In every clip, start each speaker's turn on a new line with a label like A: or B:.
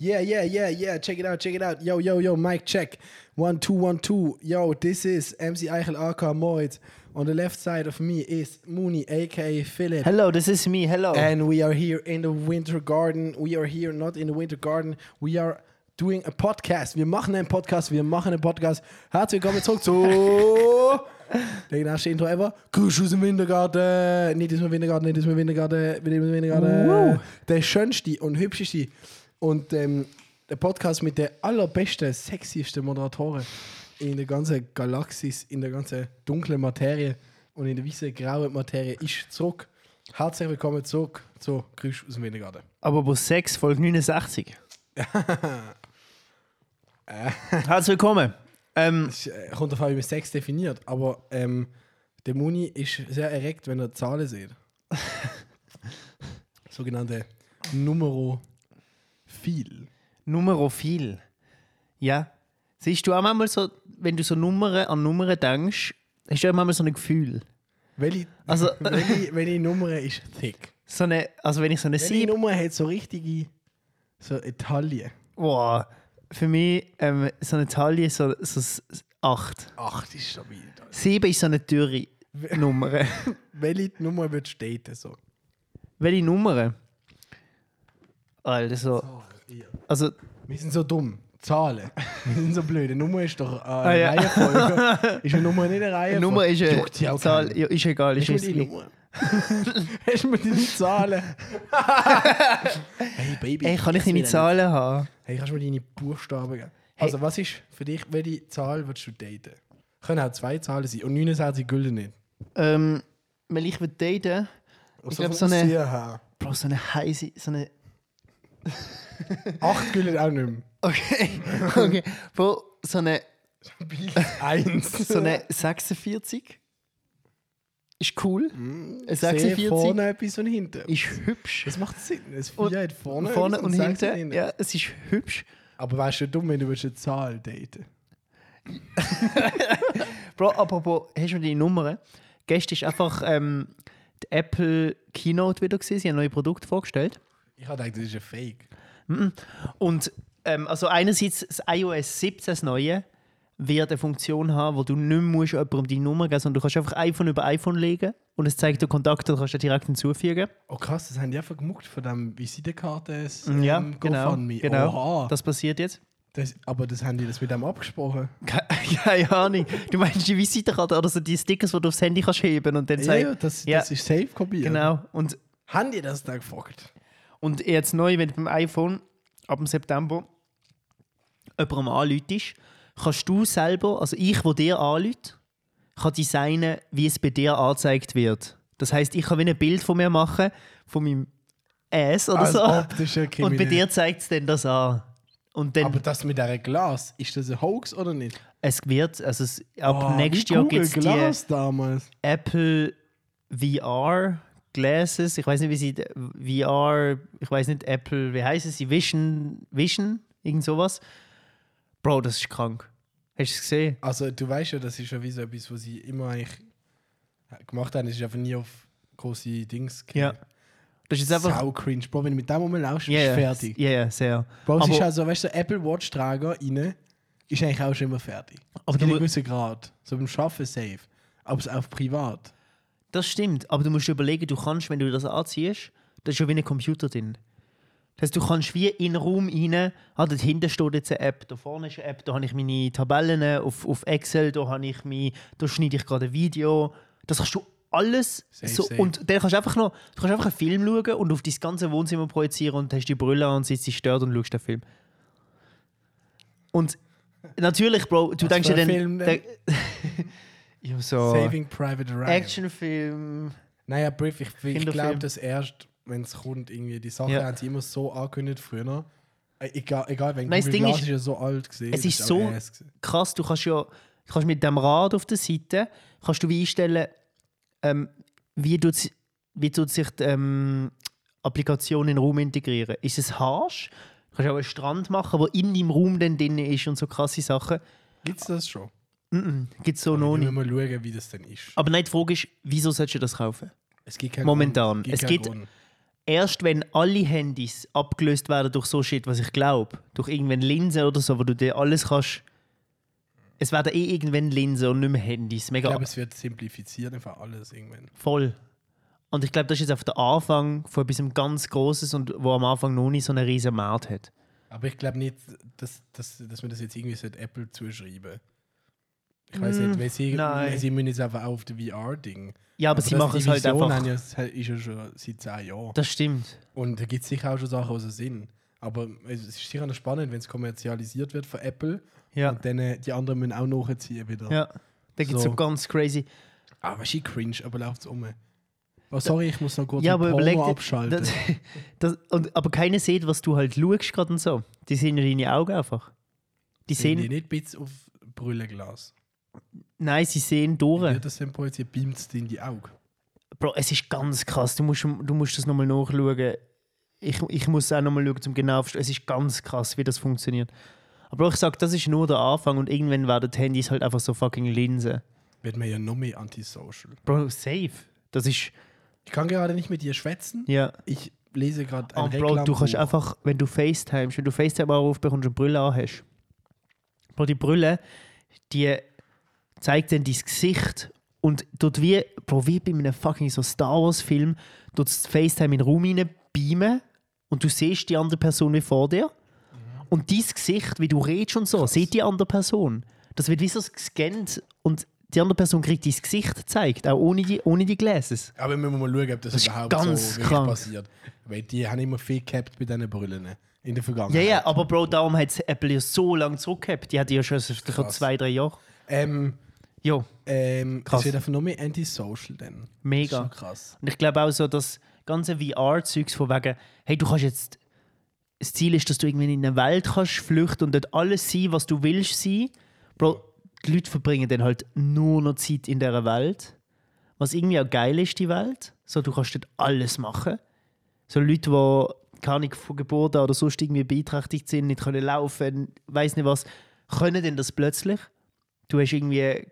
A: Yeah, yeah, yeah, yeah. Check it out, check it out. Yo, yo, yo, mic check. One, two, one, two. Yo, this is MC Eichel aka Moid. On the left side of me is Mooney aka Philip.
B: Hello, this is me. Hello.
A: And we are here in the Winter Garden. We are here not in the Winter Garden. We are doing a podcast. Wir machen einen Podcast, wir machen einen Podcast. Herzlich willkommen zurück zu der erste Intro ever. Grüß aus dem Wintergarten. Nicht aus dem Wintergarten, nicht aus dem Wintergarten, nicht aus dem Wintergarten. Der schönste und hübscheste und ähm, der Podcast mit der allerbesten, sexiesten Moderatorin in der ganzen Galaxis, in der ganzen dunklen Materie und in der weißen, grauen Materie ist zurück. Herzlich willkommen zurück zu Grüß aus dem Wintergarten.
B: Aber Bus 6, Folge 69. Herzlich willkommen. Ähm,
A: Es äh, kommt davon, wie man Sex definiert, aber ähm, der Muni ist sehr erregt, wenn er Zahlen sieht. Sogenannte Numero viel.
B: Numerophil. Ja. Siehst du auch manchmal so, wenn du so Nummern an Nummern denkst, hast du auch manchmal so ein Gefühl.
A: Welche,
B: Also,
A: welche, welche Nummer ist thick?
B: so eine, also wenn ich so eine
A: Welche
B: 7.
A: Nummer hat so richtige so Italien?
B: Boah, für mich ähm, so eine Taille so, so 8.
A: Ach, das ist stabil.
B: 7 ist so eine teure Nummer.
A: Welche Nummer wird stehen? So?
B: Welche Nummern? Alter, so.
A: Oh,
B: Also,
A: Wir sind so dumm. Zahlen. Wir sind so blöd. Eine Nummer ist doch äh, eine Reihenfolge. Ist eine Nummer nicht eine Reihenfolge?
B: eine Ah, Nummer ist
A: Juckt ja
B: eine
A: auch
B: Zahl, ja, ist egal, ist
A: Hast du mir die
B: egal.
A: Nummer? Hast du mir deine Zahlen? hey Baby.
B: Ey, kann ich deine Zahlen haben?
A: Hey, kannst du mir deine Buchstaben geben? Also was ist für dich, welche Zahl würdest du daten? Können auch zwei Zahlen sein und 69 Gülden nicht.
B: Ähm, weil ich würde daten.
A: Und
B: Ich glaub,
A: vom
B: so eine-
A: Aussehen her.
B: Bro, so eine heiße, so eine...
A: Acht Gülden auch nicht mehr.
B: Okay, okay. Bro, so eine,
A: Bild Eins.
B: so eine 46 ist cool. Eine
A: Mm, Sehr
B: 46
A: vorne etwas und hinten.
B: ist hübsch.
A: Das macht Sinn. Es
B: Und-
A: vier hat vorne,
B: Vorne
A: etwas
B: und
A: sechs hat
B: hinten, ja, es ist hübsch.
A: Aber wärst du dumm, wenn du würdest eine Zahl daten
B: Bro, apropos, hast du die Nummern? Gestern ist einfach ähm, die Apple Keynote wieder gewesen. Sie haben neue Produkte vorgestellt.
A: Ich habe gedacht, das ist ein Fake.
B: Und ähm, also einerseits das iOS 17, das neue, wird eine Funktion haben, wo du nicht mehr musst jemandem die Nummer geben, sondern du kannst einfach iPhone über iPhone legen und es zeigt dir Kontakte, du kannst du direkt hinzufügen.
A: Oh krass, das haben die einfach gemuckt von dem ähm, Visitenkarte.
B: ja, genau. genau.
A: Oha.
B: Das passiert jetzt.
A: Das, aber das haben die das mit dem abgesprochen.
B: Ke- Keine Ahnung. Du meinst die Visitenkarte oder so die Stickers, die du aufs Handy kannst heben und dann
A: Ja,
B: zeigt.
A: ja, das,
B: Ja,
A: das ist safe kopiert.
B: genau. Und,
A: Haben die das dann gefragt?
B: und jetzt neu, wenn du beim iPhone ab dem September jemandem anläutest, kannst du selber, also ich, wo dir anläut, kann designen, wie es bei dir angezeigt wird. Das heißt, ich kann wie ein Bild von mir machen, von meinem Ass oder
A: Als
B: so.
A: optischer
B: Und bei
A: Kriminell.
B: dir zeigt es dann das an. Und dann
A: Aber das mit diesem Glas, ist das ein Hoax oder nicht?
B: Es wird, also es, ab
A: Ah,
B: nächstes
A: wie
B: Jahr
A: Google
B: gibt es die
A: Glas damals.
B: Apple VR Glasses. Ich weiß nicht, wie sie VR, ich weiß nicht, Apple, wie heißen sie? Vision, Vision, irgend sowas. Bro, das ist krank. Hast du es gesehen?
A: Also du weißt ja, das ist ja wie so etwas, was sie immer eigentlich gemacht haben. Es ist einfach nie auf große Dings
B: Ja. Das ist jetzt einfach.
A: Sau cringe. Bro, wenn du mit dem rumlaufst,
B: Ja,
A: yeah,
B: ja,
A: ist fertig.
B: Ja, ja, sehr.
A: Bro, es ist
B: Aber
A: also, weißt du, der Apple Watch Trager rein, ist eigentlich auch schon immer fertig.
B: Aber
A: Aber
B: du
A: du
B: mu-
A: einen gewissen Grad. So beim Schaffen safe. Aber es auch privat.
B: das stimmt. Aber du musst dir überlegen, du kannst, wenn du das anziehst, das ist ja wie ein Computer drin. Das heißt, du kannst wie in den Raum rein, ah, dort hinten steht jetzt eine App, da vorne ist eine App, da habe ich meine Tabellen auf, auf Excel, da habe ich mein, da schneide ich gerade ein Video. Das kannst du alles
A: Safe,
B: so
A: safe.
B: und dann kannst du einfach noch, du kannst einfach einen Film schauen und auf dein ganze Wohnzimmer projizieren und hast die Brille an und sitzt dich dort und schaust den Film. Und natürlich, Bro, du
A: Was
B: denkst dir
A: für
B: dann,
A: ein Film denn?
B: denk- ja, so
A: Saving Private
B: Ah,
A: Ryan.
B: Actionfilm.
A: Naja, Brief, ich, ich
B: Kinderfilm.
A: glaube, das erst, wenn es kommt, irgendwie. Die Sachen
B: Ja.
A: haben sie immer so angekündigt früher. Äh, Egal, egal wenn
B: Nein, das Ding
A: Glas
B: ist-
A: ist ja so alt gesehen.
B: Es ist so krass, du kannst ja du kannst mit dem Rad auf der Seite kannst du wie einstellen, ähm, wie, tut, wie tut sich die ähm, Applikation in den Raum integrieren. Ist es harsch? Du kannst auch einen Strand machen, der in deinem Raum dann drin ist und so krasse Sachen.
A: Gibt es das schon?
B: Gibt es so noch
A: Wir
B: nicht.
A: müssen mal schauen, wie das denn ist.
B: Aber nein, die Frage ist, wieso sollst du das kaufen?
A: Es gibt keinen
B: Momentan.
A: Grund.
B: Es
A: keinen
B: gibt-
A: Grund.
B: erst wenn alle Handys abgelöst werden durch so Shit, was ich glaube, durch irgendwann Linsen oder so, wo du dir alles kannst. Es werden eh irgendwann Linsen und nicht mehr Handys.
A: Ich
B: Mega
A: glaube, es wird simplifiziert einfach alles irgendwann.
B: voll. Und ich glaube, das ist jetzt auf der Anfang von etwas ganz Großes und wo am Anfang noch nie so einen riesen Markt hat.
A: Aber ich glaube nicht, dass, dass, dass man das jetzt irgendwie sollte Apple zuschreiben. Ich weiß nicht, weil sie,
B: Mm, nein.
A: sie müssen jetzt einfach auf die VR-Ding.
B: Ja, aber, sie
A: dass
B: machen
A: die
B: es halt
A: Vision
B: einfach.
A: haben ja- Das ist ja schon seit 10 Jahren.
B: Das stimmt.
A: Und da gibt es sicher auch schon Sachen, die so sind. Aber es ist sicher noch spannend, wenn es kommerzialisiert wird von Apple.
B: Ja.
A: Und dann äh, die anderen müssen auch nachziehen wieder.
B: Ja. Da gibt es so.
A: So.
B: ganz crazy.
A: Aber ist eh cringe, aber läuft es um. Oh, sorry, ich muss noch kurz
B: Ja,
A: den
B: aber
A: Porno
B: überleg dir-
A: abschalten.
B: Das, das, und, aber keiner sieht, was du halt schaust gerade und so. Die sehen ja deine Augen einfach. Die
A: sind
B: sehen,
A: die nicht ein bisschen auf Brillenglas.
B: nein, sie sehen
A: Ja,
B: durch.
A: das sind jetzt, ihr beamt es dir in die Augen.
B: Bro, es ist ganz krass. Du musst, du musst das nochmal nachschauen. Ich, ich muss auch nochmal schauen, um genau zu Es ist ganz krass, wie das funktioniert. Aber ich sag, das ist nur der Anfang und irgendwann werden die Handys halt einfach so fucking Linsen.
A: Wird man ja noch mehr antisocial.
B: Bro, safe. Das ist,
A: Ich kann gerade nicht mit dir schwätzen.
B: ja.
A: Ich lese gerade ein
B: Und Bro, du kannst einfach, wenn du FaceTimest, wenn du FaceTime anrufst, bekommst du eine Brille an hast. Bro, die Brille, die zeigt dann dein Gesicht und tut wie, Bro, wie bei einem fucking so Star Wars Film, tut das FaceTime in den Raum rein, beamen und du siehst die andere Person wie vor dir. Und dein Gesicht, wie du redest und so, sieht die andere Person. Das wird wie so gescannt und die andere Person kriegt dein Gesicht gezeigt, auch ohne die, ohne die Gläser.
A: Aber wir müssen mal schauen, ob das,
B: ist
A: überhaupt
B: ganz
A: so wirklich
B: krank.
A: passiert. Weil die haben immer viel gehabt bei diesen Brillen in der
B: Ja,
A: Vergangenheit.
B: ja, aber Bro, darum hat Apple ja so lange zurückgehabt. Die hat ja schon vor
A: Krass.
B: zwei, drei Jahren.
A: Ähm,
B: Ja,
A: ähm,
B: Krass.
A: Es wird einfach noch mehr antisocial dann. Das ist
B: mega.
A: schon krass.
B: Und ich glaube auch so, dass ganze VR-Zeugs von wegen, hey, du kannst jetzt. Das Ziel ist, dass du irgendwie in eine Welt kannst flüchten und dort alles sein, was du willst sein. Bro, die Leute verbringen dann halt nur noch Zeit in dieser Welt. Was irgendwie auch geil ist, die Welt. So, du kannst dort alles machen. So Leute, die keine Ahnung, von Geburt an oder sonst irgendwie beeinträchtigt sind, nicht können laufen, weiß nicht was, können denn das plötzlich? Du hast irgendwie,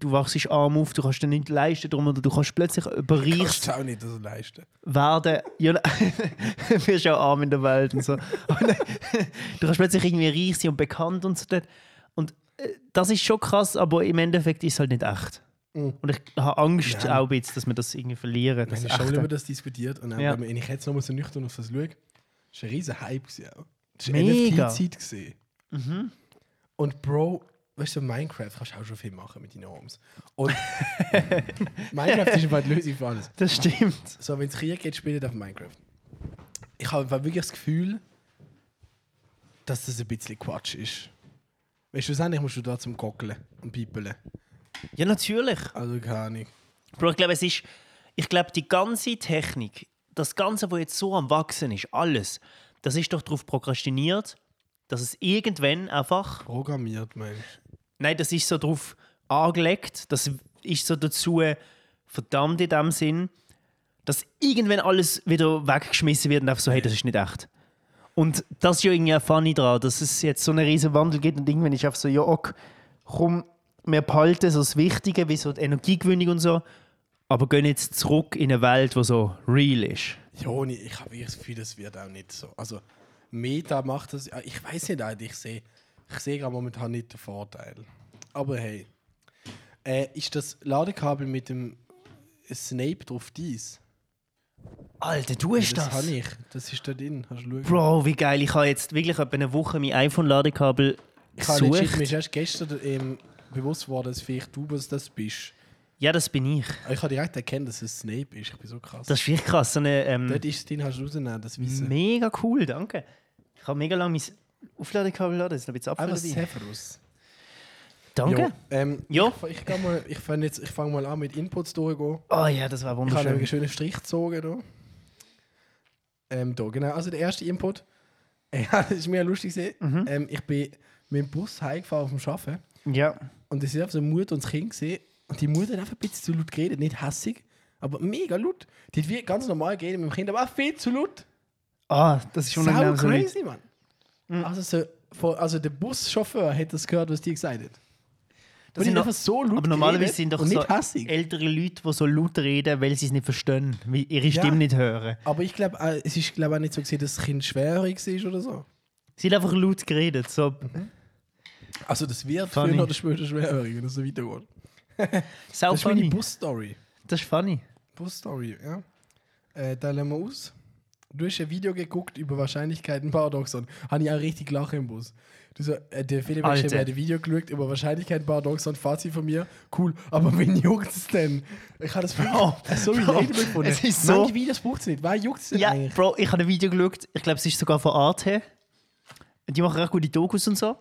B: du wachst arm auf, du kannst dir nichts leisten drum oder du kannst plötzlich
A: Ich
B: überreicht
A: kann auch nicht das leisten.
B: werden. Ja, ne, nein, du bist ja arm in der Welt und so. Aber nein, du kannst plötzlich irgendwie reich sein und bekannt und so dort. Und äh, das ist schon krass, aber im Endeffekt ist es halt nicht echt.
A: Mhm.
B: Und ich habe Angst auch ein bisschen, dass wir das irgendwie verlieren. Das
A: Wir haben schon
B: Echte.
A: über das diskutiert und dann,
B: Ja.
A: wenn ich jetzt nochmal so nüchtern auf das schaue, das war ein riesen Hype. gewesen auch. Das war
B: Mega. Mhm.
A: NFT-Zeit. gewesen. Und Bro, weißt du, Minecraft kannst du auch schon viel machen mit deinen Homes. Und Minecraft ist einfach die Lösung für alles.
B: das stimmt.
A: So, wenn es Krieg geht, spielt auf Minecraft. Ich habe einfach wirklich das Gefühl, dass das ein bisschen Quatsch ist. Weißt du, schlussendlich musst du da zum Gockeln und Pipeln.
B: Ja, natürlich.
A: Also keine Ahnung.
B: Bro, ich glaube, es ist. Ich glaube, die ganze Technik, das Ganze, was jetzt so am Wachsen ist, alles, das ist doch darauf prokrastiniert, dass es irgendwann einfach.
A: Programmiert, Mensch.
B: Nein, das ist so darauf angelegt, das ist so dazu verdammt in dem Sinn, dass irgendwann alles wieder weggeschmissen wird und einfach so, hey, das ist nicht echt. Und das ist ja irgendwie auch funny dran, dass es jetzt so einen riesen Wandel gibt und irgendwann ist einfach so, ja, ok, komm, wir behalten so das Wichtige, wie so die Energiegewinnung und so, aber gehen jetzt zurück in eine Welt, die so real ist.
A: Joni, ich habe wirklich das Gefühl, das wird auch nicht so. Also, Meta macht das. ja, Ich weiß nicht, Alter, ich sehe ich seh gerade momentan nicht den Vorteil. Aber hey, äh, ist das Ladekabel mit dem Snape drauf dies?
B: Alter, du hast
A: Das habe ich. Das ist da drin. Hast du schauen.
B: Bro, wie geil. Ich habe jetzt wirklich etwa eine Woche mein iPhone-Ladekabel
A: Ich habe entschieden,
B: gesucht.
A: mir ist erst gestern ähm, bewusst geworden, dass vielleicht du was das bist.
B: Ja, das bin ich.
A: Aber Ich habe direkt erkannt, dass es Snape ist. Ich bin so krass.
B: Das ist wirklich krass. So eine, ähm,
A: Dort ist es drin, hast du rausgenommen, das Weiße.
B: mega cool, danke. Ich habe mega lange mein Aufladekabel geladen, jetzt ist noch ein bisschen Apfel
A: Einfach
B: dabei.
A: Severus.
B: Danke.
A: Ja, ähm,
B: Ja.
A: Ich, geh mal- ich fange jetzt, ich fang mal an mit Inputs durchgehen.
B: Oh ja, das war
A: Ich habe einen
B: wunderschön.
A: schönen Strich gezogen. Da. Ähm, da, genau. Also der erste Input. Ja, das ist mir lustig gesehen.
B: Mhm.
A: Ähm, ich bin mit dem Bus heimgefahren auf dem Arbeiten.
B: Ja.
A: Und das ist einfach so eine Mutter und das Kind gesehen. Und die Mutter hat einfach ein bisschen zu laut geredet. Nicht hässig, aber mega laut. Die hat wie ganz normal geredet mit dem Kind, aber auch viel zu laut.
B: Ah, das ist
A: Sau
B: unangenehm. So Mhm. nicht.
A: crazy, Mann. Also, so, von- also der Buschauffeur hat das gehört, was die gesagt hat. Weil
B: sind
A: ich
B: noch-
A: einfach so laut
B: Aber normalerweise
A: geredet
B: sind doch
A: und
B: so
A: nicht hässig.
B: ältere Leute, die so laut reden, weil sie es nicht verstehen, weil ihre Stimme nicht hören.
A: Aber ich glaube, es ist glaub auch nicht so, gewesen, dass das Kind schwerhörig war oder so.
B: Sie haben einfach laut geredet. So.
A: Mhm. Also das wird
B: Funny.
A: früher oder später schwerhörig, wenn es so weitergeht.
B: Sau
A: Das ist meine
B: funny.
A: Busstory.
B: Das ist funny.
A: Busstory, ja. Äh, da lernen wir aus. Du hast ein Video geguckt über Wahrscheinlichkeiten Paradoxon. Habe ich auch richtig gelacht im Bus. Du so, äh, der Philipp hat
B: Alter.
A: schon ein Video geschaut über Wahrscheinlichkeiten Paradoxon. Fazit von mir, cool. Aber wen juckt es denn? Ich habe das
B: Bro,
A: so
B: Bro,
A: relatable gefunden.
B: es ist so-
A: Manche Videos braucht es nicht. Wer juckt es denn
B: Ja,
A: eigentlich?
B: Bro, ich habe ein Video geschaut. Ich glaube, es ist sogar von Arte. Die machen recht gute Dokus und so. Und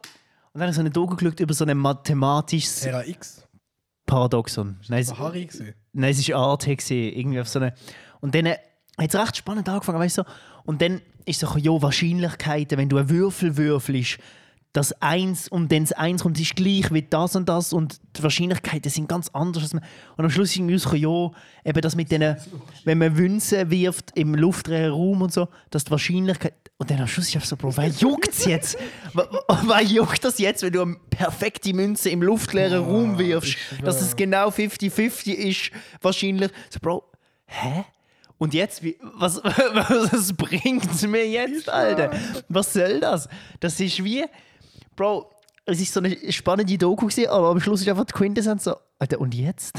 B: dann habe ich so eine Doku geschaut über so ein mathematisches
A: Terra X.
B: Paradoxon. Nein, es-
A: Das war Harry. gewesen.
B: Nein, es war AT, gewesen, irgendwie auf so eine. Und dann hat es recht spannend angefangen, weißt du? so. Und dann ist so, ja, Wahrscheinlichkeiten, wenn du einen Würfel würfelst, dass eins und dann das eins kommt, ist gleich wie das und das und die Wahrscheinlichkeiten sind ganz anders. als man- Und am Schluss irgendwie so, ja, eben das mit denen, wenn man Wünschen wirft im luftleeren Raum und so, dass die Wahrscheinlichkeit. Und dann am Schluss ist es so, Bro, wer juckt es jetzt? Wer- Wer juckt das jetzt, wenn du eine perfekte Münze im luftleeren Raum wirfst?
A: ich
B: Dass es
A: schwör.
B: genau 50-50 ist, wahrscheinlich. So, Bro, hä? Und jetzt, wie, was, was bringt es mir jetzt, Alter? Was soll das? Das ist wie, Bro, es ist so eine spannende Doku gewesen, aber am Schluss ist einfach die Quintessenz so, Alter, und jetzt?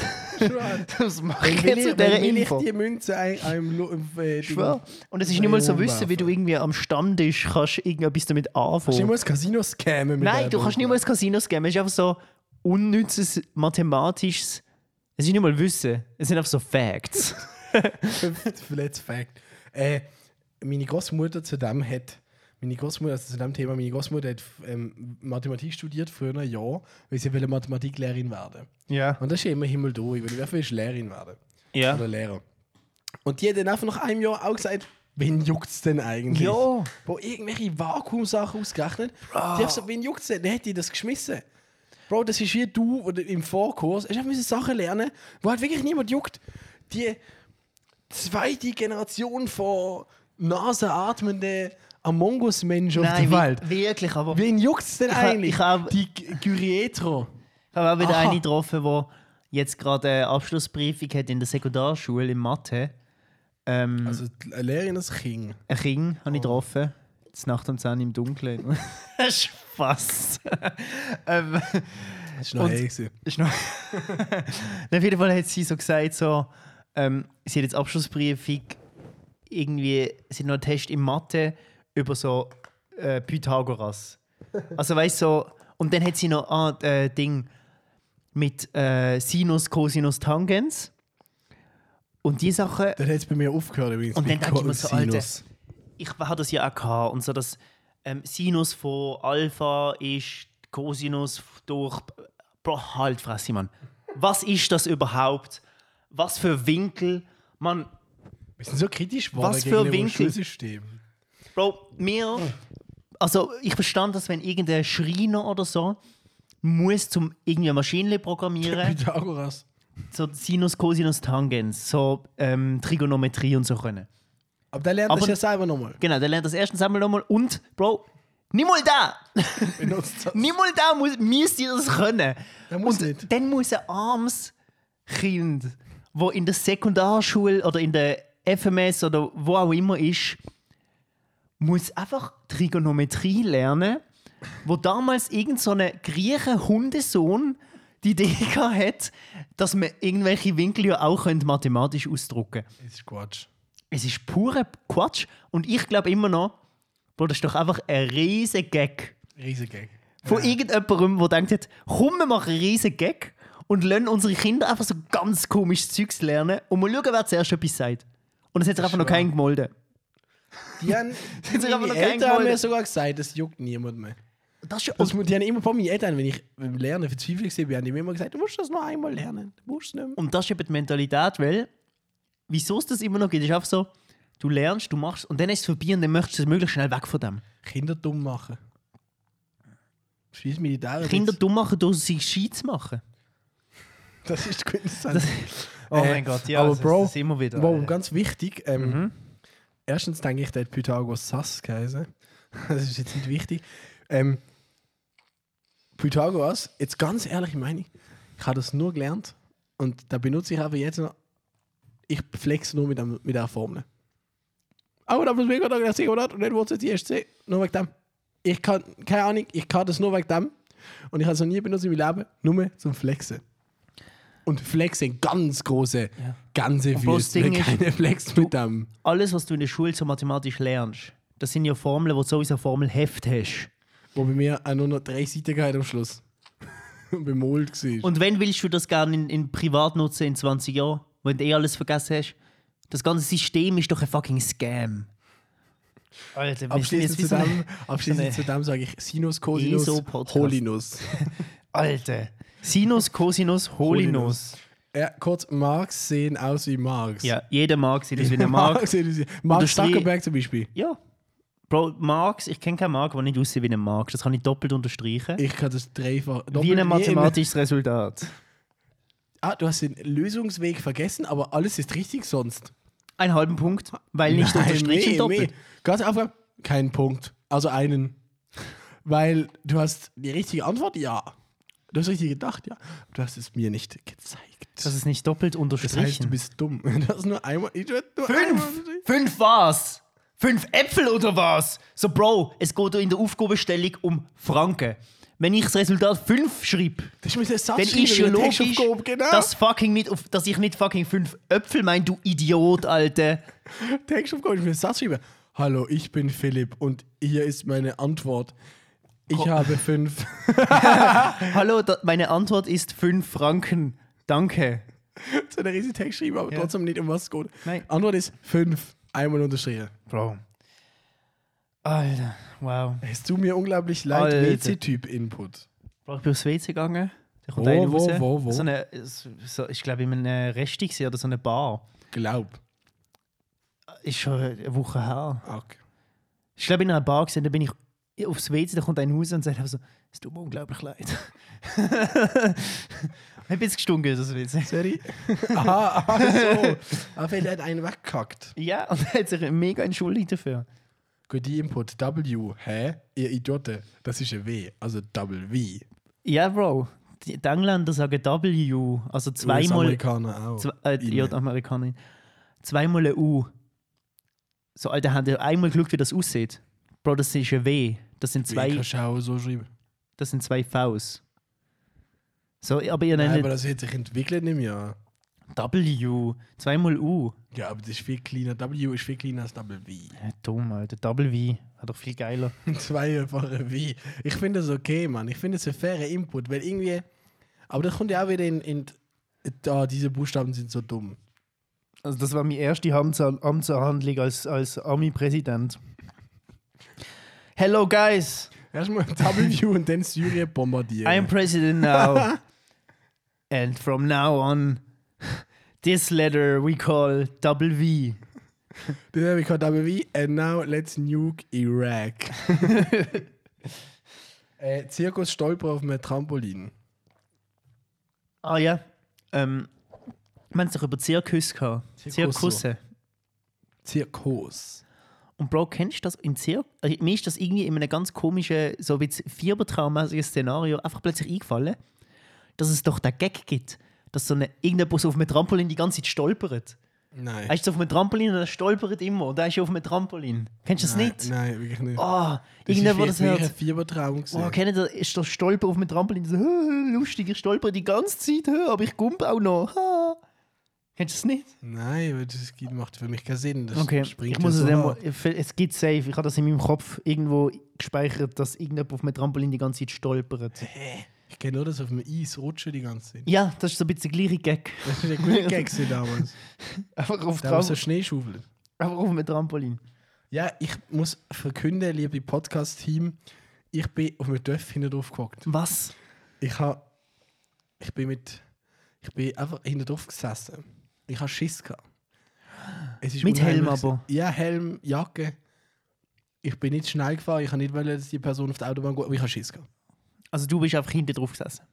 B: Was mache ich
A: Wenn
B: jetzt
A: ich,
B: mit dieser
A: wenn ich
B: Info?
A: die Münze ein, einem Lu- im, äh,
B: Ich
A: Ding-
B: schwör. Und es ist nicht mal so
A: Millionen
B: wissen, wie du irgendwie am Stammtisch kannst irgendetwas damit
A: Kannst du
B: anfangen.
A: nicht mal das Casino scammen mit
B: Nein,
A: der
B: du kannst
A: Doku?
B: nicht mal ins Casino gehen. Es ist einfach so unnützes mathematisches. Es ist nicht mal Wissen. Es sind einfach so Facts.
A: Fünf- Let's Fact. Äh, meine Großmutter zu dem hat, meine Großmutter, also zu dem Thema, meine Großmutter hat ähm, Mathematik studiert, früher ein Jahr, weil sie will Mathematiklehrerin werden.
B: Ja.
A: Und das ist ja immer Himmel durch, weil ich will Lehrerin werden.
B: Ja.
A: Oder Lehrer. Und die hat dann einfach nach einem Jahr auch gesagt, wen juckt's denn eigentlich?
B: Ja.
A: Wo irgendwelche Vakuumsachen ausgerechnet. Die hat so, wen juckt's denn? Dann hätte ich das geschmissen. Bro, das ist wie du oder im Vorkurs. Ich musste Sachen lernen, wo halt wirklich niemand juckt. Die zweite Generation von nasenatmenden Among Us-Menschen auf
B: Nein,
A: der Welt.
B: wi- wirklich, aber ich
A: Wen juckt's denn
B: Ich hab-
A: eigentlich?
B: ich hab-
A: Die G- Gyrietro.
B: habe auch wieder
A: Aha.
B: eine getroffen, die jetzt gerade eine Abschlussprüfung hat in der Sekundarschule in Mathe. Ähm,
A: Also die Lehrerin als King.
B: ein Kind habe ich getroffen. Zur Nacht um 10 Uhr im Dunkeln. Spaß. ähm,
A: Das ist noch
B: Und-
A: hell gewesen.
B: ist noch. Auf jeden Fall hat sie so gesagt, so, ähm, sie hat jetzt Abschlussprüfung, irgendwie, sie hat noch einen Test in Mathe über so äh, Pythagoras. Also weißt du, so, und dann hat sie noch ah, äh, Ding mit äh, Sinus, Cosinus, Tangens. Und die Sachen,
A: Dann hat es bei mir aufgehört übrigens.
B: Und
A: mit
B: dann denke ich mir so, Alter,
A: Cosinus.
B: ich habe das ja auch gehabt, und so, dass ähm, Sinus von Alpha ist Cosinus durch. Bro, halt, Fresse, Mann. Was ist das überhaupt? Was für Winkel? Mann,
A: Wir sind so kritisch geworden
B: Was für
A: gegenüber dem
B: Winkel?
A: Schulsystem.
B: Bro, mir. Also, ich verstand das, wenn irgendein Schreiner oder so muss zum irgendwie eine Maschine programmieren,
A: Pythagoras.
B: so Sinus, Cosinus, Tangens, so ähm, Trigonometrie und so können.
A: Aber der lernt
B: Aber-
A: das ja selber nochmal.
B: Genau, der lernt das erstens einmal nochmal und, Bro, niemals da!
A: Benutzt das.
B: Niemand da muss, müsste das können.
A: Der muss
B: und
A: nicht.
B: dann muss ein armes Kind, wo in der Sekundarschule oder in der FMS oder wo auch immer ist, muss einfach Trigonometrie lernen, wo damals irgend so ein griechen Hundesohn die Idee hat, dass man irgendwelche Winkel ja auch könnte mathematisch ausdrucken können.
A: Das ist Quatsch.
B: Es ist pure Quatsch und ich glaube immer noch, Bro, das ist doch einfach ein riesen Gag.
A: Riesengag.
B: Von irgendjemandem, der denkt hat, komm, wir machen einen riesen Gag und lassen unsere Kinder einfach so ganz komisches Zeugs lernen und mal schauen, wer zuerst etwas sagt. Und es hat sich einfach noch
A: wahr.
B: keinen gemolden.
A: Die haben,
B: sind aber
A: meine
B: noch
A: Eltern
B: kein
A: haben mir
B: Gold.
A: sogar gesagt, das juckt niemand mehr.
B: Das ist ja
A: Das, mu- die haben immer von meinen Eltern, wenn ich beim Lernen verzweifelt war, haben die mir immer gesagt, du musst das noch einmal lernen. Du musst es nicht mehr.
B: Und das ist eben die Mentalität, weil, wieso es das immer noch gibt, ist einfach so, du lernst, du machst und dann ist es vorbei und dann möchtest du es möglichst schnell weg von dem.
A: Kinder dumm machen. Schieß Militär.
B: Kinder dumm machen, durch sie gescheit zu machen.
A: Das ist Quintessenz.
B: Oh
A: Äh,
B: mein Gott, ja,
A: aber
B: das, ist-
A: Bro,
B: das ist immer wieder.
A: Wow,
B: äh,
A: ganz wichtig. Ähm, Erstens denke ich, der hat Pythagoras Sass geheißen. Das ist jetzt nicht wichtig. Ähm, Pythagoras, jetzt ganz ehrlich meine ich, ich habe das nur gelernt und da benutze ich aber jetzt noch, ich flex nur mit, dem, mit der Formel. Aber da muss ich gerade das Singular und nicht Wurzel die SC, nur wegen dem. Ich kann, keine Ahnung, ich kann das nur wegen dem und ich habe es noch nie benutzt in meinem Leben, nur zum Flexen. Und Flexen, ganz große, ganze
B: bloß
A: Wüste,
B: Ding ist,
A: keine Flex mit dem.
B: Alles, was du in der Schule so mathematisch lernst, das sind ja Formeln, wo du sowieso ein Formelheft hast.
A: Wo bei mir auch nur noch drei Seiten gehabt am Schluss. Bemalt gesehen.
B: Und wenn willst du das gerne in, in privat nutzen in 20 Jahren, wenn du eh alles vergessen hast? Das ganze System ist doch ein fucking Scam. Alter, wir sind jetzt
A: Abschließend
B: wie
A: zu
B: so
A: dem,
B: eine-
A: abschließend zu dem sage ich Sinus, Cosinus,
B: ESO-Podcast.
A: Holinus.
B: Alter. Sinus, Cosinus, Holinus.
A: Ja, kurz, Marx sehen aus wie Marx.
B: Ja, jeder mag sie, das wie er mag.
A: Marx, sehen aus wie- Mark
B: das wie-
A: Zuckerberg zum Beispiel.
B: Ja. Bro, Marx, ich kenne keinen Marx, der nicht aussieht wie ein Marx. Das kann ich doppelt unterstreichen.
A: Ich kann das dreifach.
B: wie
A: doppelt-
B: ein
A: nie immer-
B: mathematisches Resultat.
A: Ah, du hast den Lösungsweg vergessen, aber alles ist richtig sonst.
B: Einen halben Punkt, weil nicht unterstrichen doppelt.
A: Ganz einfach, keinen Punkt. Also einen. Weil du hast die richtige Antwort, ja. Du hast richtig gedacht, ja. Du hast es mir nicht gezeigt.
B: Das ist nicht doppelt
A: Das heißt, du
B: unterstrichen.
A: bist dumm. Das ist nur einmal. Ich werd nur einmal-
B: Fünf was? Fünf Äpfel oder was? So, Bro, es geht in der Aufgabenstellung um Franken. Wenn ich das Resultat 5 schreibe,
A: Ich muss einen Satz
B: dann
A: schreiben,
B: ist ja
A: eine
B: logisch,
A: Textaufgabe, genau.
B: dass, fucking nicht auf, dass ich nicht fucking fünf Äpfel meine, du Idiot, Alter.
A: Textaufgabe, ich will einen Satz schreiben. Hallo, ich bin Philipp und hier ist meine Antwort. Ich habe fünf.
B: Hallo, da, meine Antwort ist 5 Franken. Danke.
A: so eine riesige Text geschrieben, aber trotzdem nicht um was es geht.
B: Nein.
A: Antwort ist fünf. Einmal unterschrieben.
B: Bro. Alter, wow.
A: Es tut mir unglaublich leid.
B: Alter.
A: WC-Typ-Input.
B: Bro, ich bin aufs WC gegangen. Da kommt
A: Wo,
B: einer
A: wo,
B: raus.
A: wo, wo?
B: So eine, so, ich glaube, in einem Resti gewesen oder so eine Bar.
A: Glaub.
B: Ist schon eine Woche her.
A: Okay.
B: Ich glaube, in einer Bar gesehen, da bin ich aufs WC, da kommt einer raus und sagt einfach so, es tut mir unglaublich leid. ich bin jetzt gestunken, das WC.
A: Sorry. aha, aha, so. Aber er hat einen weggekackt.
B: Ja, und er hat sich mega entschuldigt dafür.
A: Gut, die Input. W. Hä? Ihr Idioten. Das ist ein W. Also Double W.
B: Ja, Bro. Die die Engländer sagen W, also zweimal
A: US-Amerikaner auch.
B: Zwe äh,
A: Innen.
B: ja, die Amerikanerin. Zweimal ein U. So, Alter, haben die einmal geschaut, wie das aussieht. Bro, das ist ein W. Das sind
A: Wie
B: zwei,
A: kannst du auch so schreiben.
B: das sind zwei Vs. So, aber ihr
A: Nein,
B: nennt
A: aber das hat sich entwickelt im Jahr.
B: W. Zweimal U.
A: Ja, aber das ist viel kleiner. W ist viel kleiner als Double W.
B: Ja, dumm, Alter. Double W. War doch viel geiler.
A: Zweifache W. Ich finde das okay, Mann. Ich finde das ein fairer Input, weil irgendwie. Aber das kommt ja auch wieder in. in da, diese Buchstaben sind so dumm.
B: Also, das war meine erste Amtsanhandlung als, als Army-Präsident. Hello, guys.
A: Erstmal W und dann Syrien bombardieren.
B: I'm president now. and from now on, this letter we call double V.
A: This is called W and now let's nuke Iraq. äh, Zirkus Stolper auf einem Trampolin.
B: Ah ja. Ähm, wir haben es doch über Zirkus gehabt.
A: Zirkusso.
B: Zirkusse.
A: Zirkus.
B: Und Bro, kennst du das im Zirkus? Also, mir ist das irgendwie in einem ganz komischen, so wie fiebertraummäßigen Szenario einfach plötzlich eingefallen, dass es doch den Gag gibt, dass so eine, irgendein Bus auf einem Trampolin die ganze Zeit stolpert.
A: Nein.
B: Er ist auf einem Trampolin und er stolpert immer und er ist auf einem Trampolin. Kennst du das
A: nein,
B: nicht?
A: Nein, wirklich nicht.
B: Oh,
A: das ist
B: irgendwer, der das
A: wirklich
B: hört.
A: ein Fiebertraum gewesen.
B: Oh, kennt ihr, ist der Stolper auf dem Trampolin so, «Hö, lustig, ich stolper die ganze Zeit, hö, aber ich gump auch noch. Ha. Kennst du das nicht?
A: Nein, aber das geht- macht für mich keinen Sinn. Das
B: Okay,
A: springt
B: ich muss
A: ja
B: es
A: so
B: einmal,
A: hart.
B: es gibt safe, ich habe das in meinem Kopf irgendwo gespeichert, dass irgendjemand auf dem Trampolin die ganze Zeit stolpert.
A: Ich kenne nur das auf dem Eis rutschen die ganze Zeit.
B: Ja, das ist so ein bisschen gleiche Gag.
A: Das war der gute Gag gewesen damals.
B: Einfach auf,
A: Da war so
B: Tram-
A: Schneeschufeln.
B: einfach auf dem Trampolin.
A: Ja, ich muss verkünden, liebe Podcast-Team, ich bin auf einem Dörf hinten drauf gehockt.
B: Was?
A: Ich habe. Ich bin mit. Ich bin einfach hinten drauf gesessen. Ich habe Schiss gehabt. Es ist
B: Mit Helm
A: unheimlich-
B: aber?
A: Ja, Helm, Jacke. Ich bin nicht schnell gefahren. Ich habe nicht wollen, dass die Person auf der Autobahn geht, aber ich habe Schiss gehabt.
B: Also du bist einfach hinten drauf gesessen.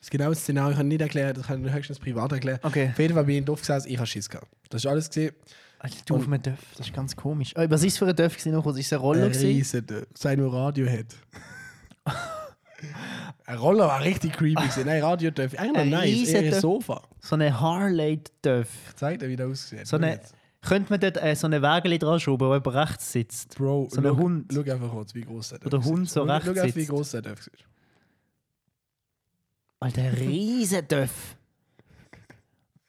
A: Das genaue Szenario kann ich nicht erklären, das kann ich höchstens privat erklären.
B: Okay.
A: Auf jeden Fall bin ich drauf gesessen, ich habe Schiss gehabt. Das ist alles gesehen.
B: Alter, du auf dem Dörf, das ist ganz komisch. Oh, was ist für ein
A: Äh,
B: Dörf gewesen? noch? Was Ist es ein Roller?
A: Ein
B: gewesen?
A: riesen, sein nur Radio hat. Ein Roller war richtig creepy. gewesen. Nein, Radio darf ich. Eigentlich
B: Ein
A: noch nice.
B: riesen
A: Eher ein
B: Dörf-
A: Sofa.
B: So eine Harley-Döff.
A: Zeig dir, wie der aussieht.
B: So eine, könnte man dort äh, so eine Wägel dran schrauben, wo jemand rechts sitzt?
A: Bro,
B: so ein
A: schau-
B: Hund.
A: Schau einfach kurz, wie groß der Dörf
B: Oder Hund
A: ist.
B: so
A: Schau-
B: rechts
A: Schau einfach, wie
B: sitzt.
A: groß der Dörf ist.
B: Alter, riesen Döff.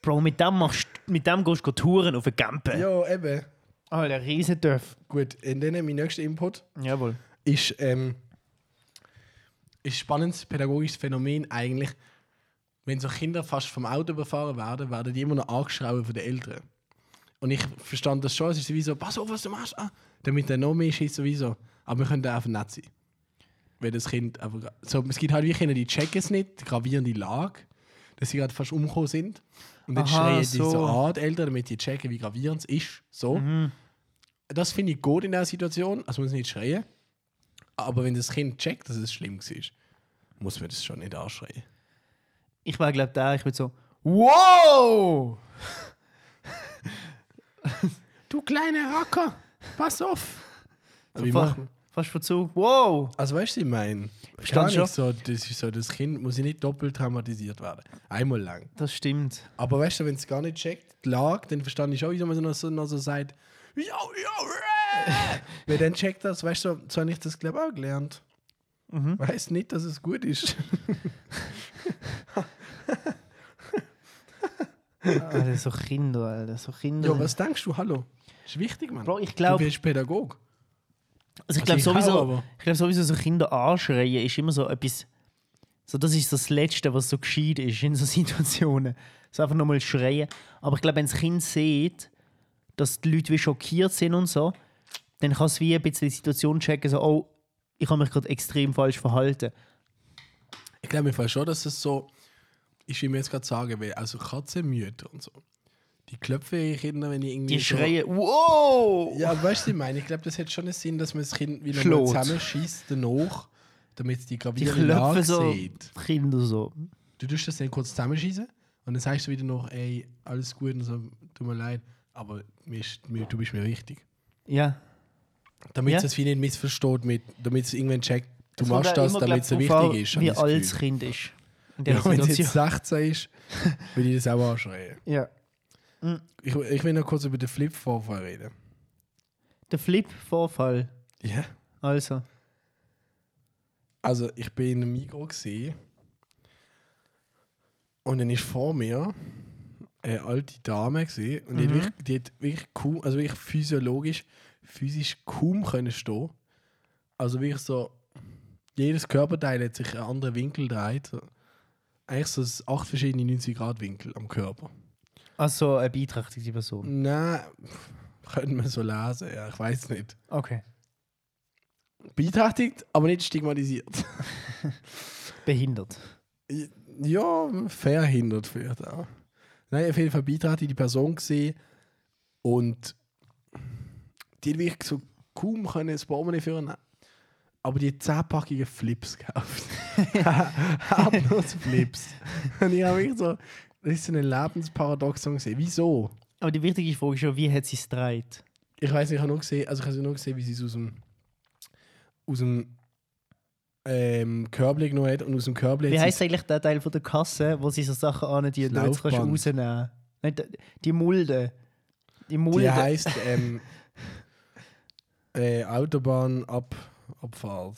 B: Bro, mit dem, machst, mit dem gehst du Touren auf den Campen.
A: Ja, eben.
B: Alter, riesen Döff.
A: Gut, und dann mein nächster Input
B: Jawohl.
A: ist, ähm, ist ein spannendes pädagogisches Phänomen eigentlich. Wenn so Kinder fast vom Auto überfahren werden, werden die immer noch angeschraubt von den Eltern. Und ich verstand das schon, es ist wie so, pass auf, was du machst, ah, damit er noch mehr schießt sowieso. Aber wir können da einfach nett sein. Wenn das Kind einfach, so, es gibt halt wie Kinder, die checken es nicht, die gravierende Lage, dass sie gerade fast umgekommen sind. Und dann
B: Aha,
A: schreien die so
B: so.
A: an, die Eltern, damit die checken, wie gravierend es ist. So. Das finde ich gut in dieser Situation, also muss nicht schreien. Aber wenn das Kind checkt, dass es schlimm war, muss man das schon nicht anschreien.
B: Ich war, glaube da, ich würde so, wow!
A: Du kleiner Racker, pass auf!
B: So
A: Wie
B: fa-
A: macht man?
B: Fast verzug, wow!
A: Also weißt du, ich meine,
B: Verstand
A: gar nicht so, das ist so, das Kind muss ja nicht doppelt traumatisiert werden. Einmal lang.
B: Das stimmt.
A: Aber weißt du, wenn es gar nicht checkt, die Lage, dann verstand ich auch, wieso man noch so, noch so sagt, yo, yo, äh!» Wenn dann checkt das, weißt du, so habe ich das, glaube ich, auch gelernt. Mhm. Weiß nicht, dass es gut ist.
B: Alter, so Kinder, Alter, so Kinder.
A: Ja, was denkst du? Hallo? Ist wichtig, Mann.
B: Bro, ich glaub-
A: Du bist Pädagog.
B: Also ich
A: Also
B: glaube
A: ich auch,
B: sowieso,
A: aber-
B: ich glaub sowieso, so Kinder anschreien ist immer so etwas. So, das ist das Letzte, was so geschieht ist in so Situationen. So einfach nochmal schreien. Aber ich glaube, wenn das Kind sieht, dass die Leute wie schockiert sind und so, dann kann es wie ein bisschen die Situation checken, so, oh, ich habe mich gerade extrem falsch verhalten.
A: Ich glaube im Fall schon, dass es so ist, wie wir jetzt gerade sagen, weil also Katzenmütter und so. Die klopfen ihre Kinder, wenn die irgendwie.
B: Die
A: so,
B: schreien, wow!
A: Ja, aber weißt du, was ich meine, ich glaube, das hat schon einen Sinn, dass man das Kind wieder mal
B: Schlägt.
A: zusammenschießt danach, damit die
B: Die
A: gravierende Lage
B: klopfen so,
A: sieht.
B: Kinder so.
A: Du tust das dann kurz zusammenschießen und dann sagst du wieder noch, ey, alles gut und so, tut mir leid, aber mir ist, mir, du bist mir wichtig.
B: Ja.
A: Damit
B: Ja.
A: es viel nicht missversteht, mit, damit es irgendwann checkt, du
B: Es kommt
A: machst
B: auch
A: das,
B: immer,
A: damit es
B: glaub,
A: wichtig
B: drauf an,
A: ist. habe
B: Wie
A: ich das
B: alt das
A: Gefühl.
B: Kind ist. In der
A: Ja, wenn es
B: Situation.
A: jetzt 16 ist, würde ich das auch anschreien.
B: Ja.
A: Ich, ich will noch kurz über den Flip-Vorfall reden.
B: Der Flip-Vorfall.
A: Ja.
B: Also.
A: Also, ich bin in einem Migro gesehen und dann ist vor mir eine alte Dame gesehen und die, hat wirklich, die hat wirklich kaum, also wirklich physiologisch, physisch kaum können stehen. Also wirklich so, jedes Körperteil hat sich einen anderen Winkel gedreht. So. Eigentlich so s- acht verschiedene 90-Grad-Winkel am Körper.
B: Also eine beeinträchtigte Person.
A: Nein, könnte man so lesen, ja, ich weiß nicht.
B: Okay.
A: Beeinträchtigt, aber nicht stigmatisiert.
B: Behindert.
A: Ja, verhindert vielleicht auch. Nein, auf jeden Fall Beitrag die Person gesehen und die hat wirklich so kaum können das Baum führen. Aber die hat 10 Packungen Flips gekauft. Abnuss Flips. Und ich habe wirklich so, das ist so ein Lebensparadoxon gesehen. Wieso?
B: Aber die wichtige Frage ist ja, wie hat sie es gedreht?
A: Ich weiß nicht, ich habe nur gesehen, also ich habe nur gesehen, wie sie es aus dem, aus dem ähm, Körbchen genommen hat und aus dem Körbchen
B: Wie
A: hat sie
B: heisst eigentlich der Teil von der Kasse, wo sie so Sachen anziehen,
A: Das
B: damit du kannst
A: Laufband.
B: rausnehmen Nein, d- die Mulde. Die Mulde.
A: Die heißt ähm, äh, Autobahnabfahrt.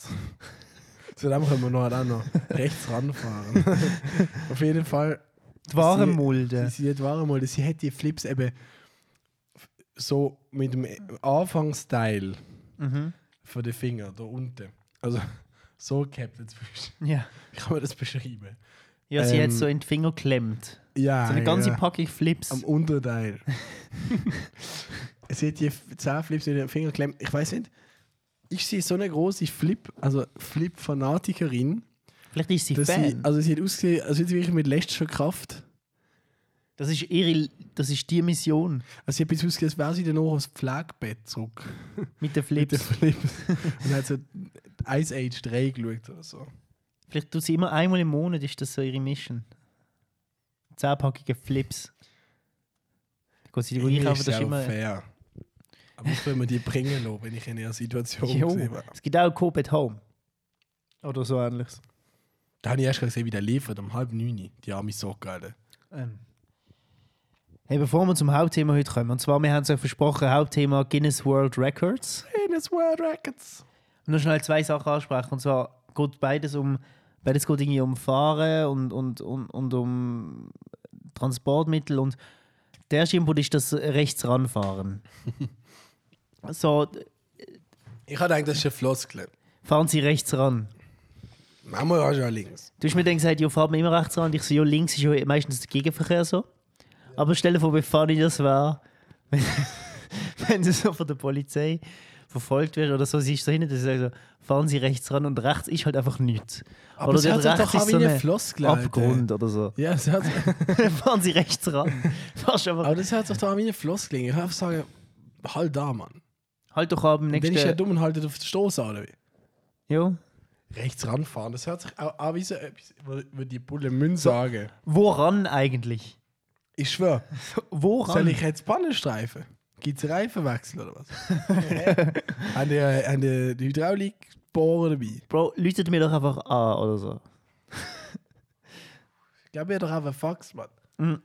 A: Zu dem können wir noch dann noch rechts ranfahren. Auf jeden Fall,
B: die wahre
A: sie-
B: Mulde.
A: sie hat war mal, sie hat die Flips eben so mit dem Anfangsteil
B: Mhm.
A: von den Fingern da unten. Also so gehabt dazwischen.
B: Ja.
A: Wie kann man das beschreiben?
B: ja, sie
A: Ähm,
B: hat so in den Finger geklemmt.
A: Ja.
B: So eine ganze
A: ja.
B: Packung Flips.
A: Am Unterteil. sie hat die F- zehn Flips in den Finger geklemmt. Ich weiß nicht, ist sie so eine große Flip, also Flip-Fanatikerin,
B: Vielleicht ist sie
A: dass
B: Fan.
A: sie, also sie hat ausgesehen, also sie wirklich mit letzter Kraft,
B: das, ist ihre, das ist die Mission
A: also sie hat bis ausgesehen, als wäre sie dann noch aufs Pflegebett zurück.
B: mit den
A: Mit den
B: Flips.
A: Flips. Und hat so Ice Age 3 geschaut oder so.
B: Vielleicht tut sie immer einmal im Monat, ist das so ihre Mission. Zehnpackige Flips. Gut, sie
A: Irgendwie
B: einkaufen, das
A: auch
B: ist immer...
A: fair. Aber ich würde mir die bringen lassen, wenn ich in ihrer Situation
B: Jo,
A: gewesen wäre.
B: es gibt auch Coop at Home. Oder so ähnliches.
A: Da habe ich erst gesehen, wie der liefert, um halb neun. Die arme Socke, Alter. Ähm.
B: Hey, bevor wir zum Hauptthema heute kommen, und zwar, wir haben es euch versprochen, Hauptthema Guinness World Records.
A: Guinness World Records.
B: Und noch schnell zwei Sachen ansprechen, und zwar geht beides um, beides geht irgendwie um Fahren und, und, und, und um Transportmittel und der erste Input ist das rechts ranfahren. so,
A: Ich hatte eigentlich das ist eine Floskel.
B: fahren Sie rechts ran.
A: Manchmal hast du ja links.
B: Du hast mir dann gesagt, ja, fahrt man immer rechts ran. Und ich so, ja, links ist ja meistens der Gegenverkehr so. Aber stell dir vor, wie funny das wäre, wenn, wenn du so von der Polizei verfolgt wirst oder so, siehst du hinten, dass sie sagen so, fahren sie rechts ran und rechts ist halt einfach nichts.
A: Aber es hört sich doch an wie eine Floskel, Alter.
B: Abgrund oder so.
A: Ja, das hört,
B: fahren sie rechts ran. Fahrst einfach,
A: aber das hört sich doch an wie eine Floskel. Ich würde sagen, halt da, Mann.
B: halt doch ab, im
A: Dann ist ja
B: nächsten...
A: dumm und haltet auf den Stoß an, oder wie?
B: Ja.
A: Rechts ranfahren, das hört sich auch an wie so etwas, würde die Bulle Münn sagen.
B: Woran eigentlich?
A: Ich schwöre.
B: Woran?
A: Soll ich jetzt Pannenstreifen? Gibt es Reifenwechsel oder was? Haben die, haben die, die Hydraulik bohren dabei? Ich
B: Bro, läutet mir doch einfach an oder so.
A: glaube, ihr habt doch einfach Fax, Mann.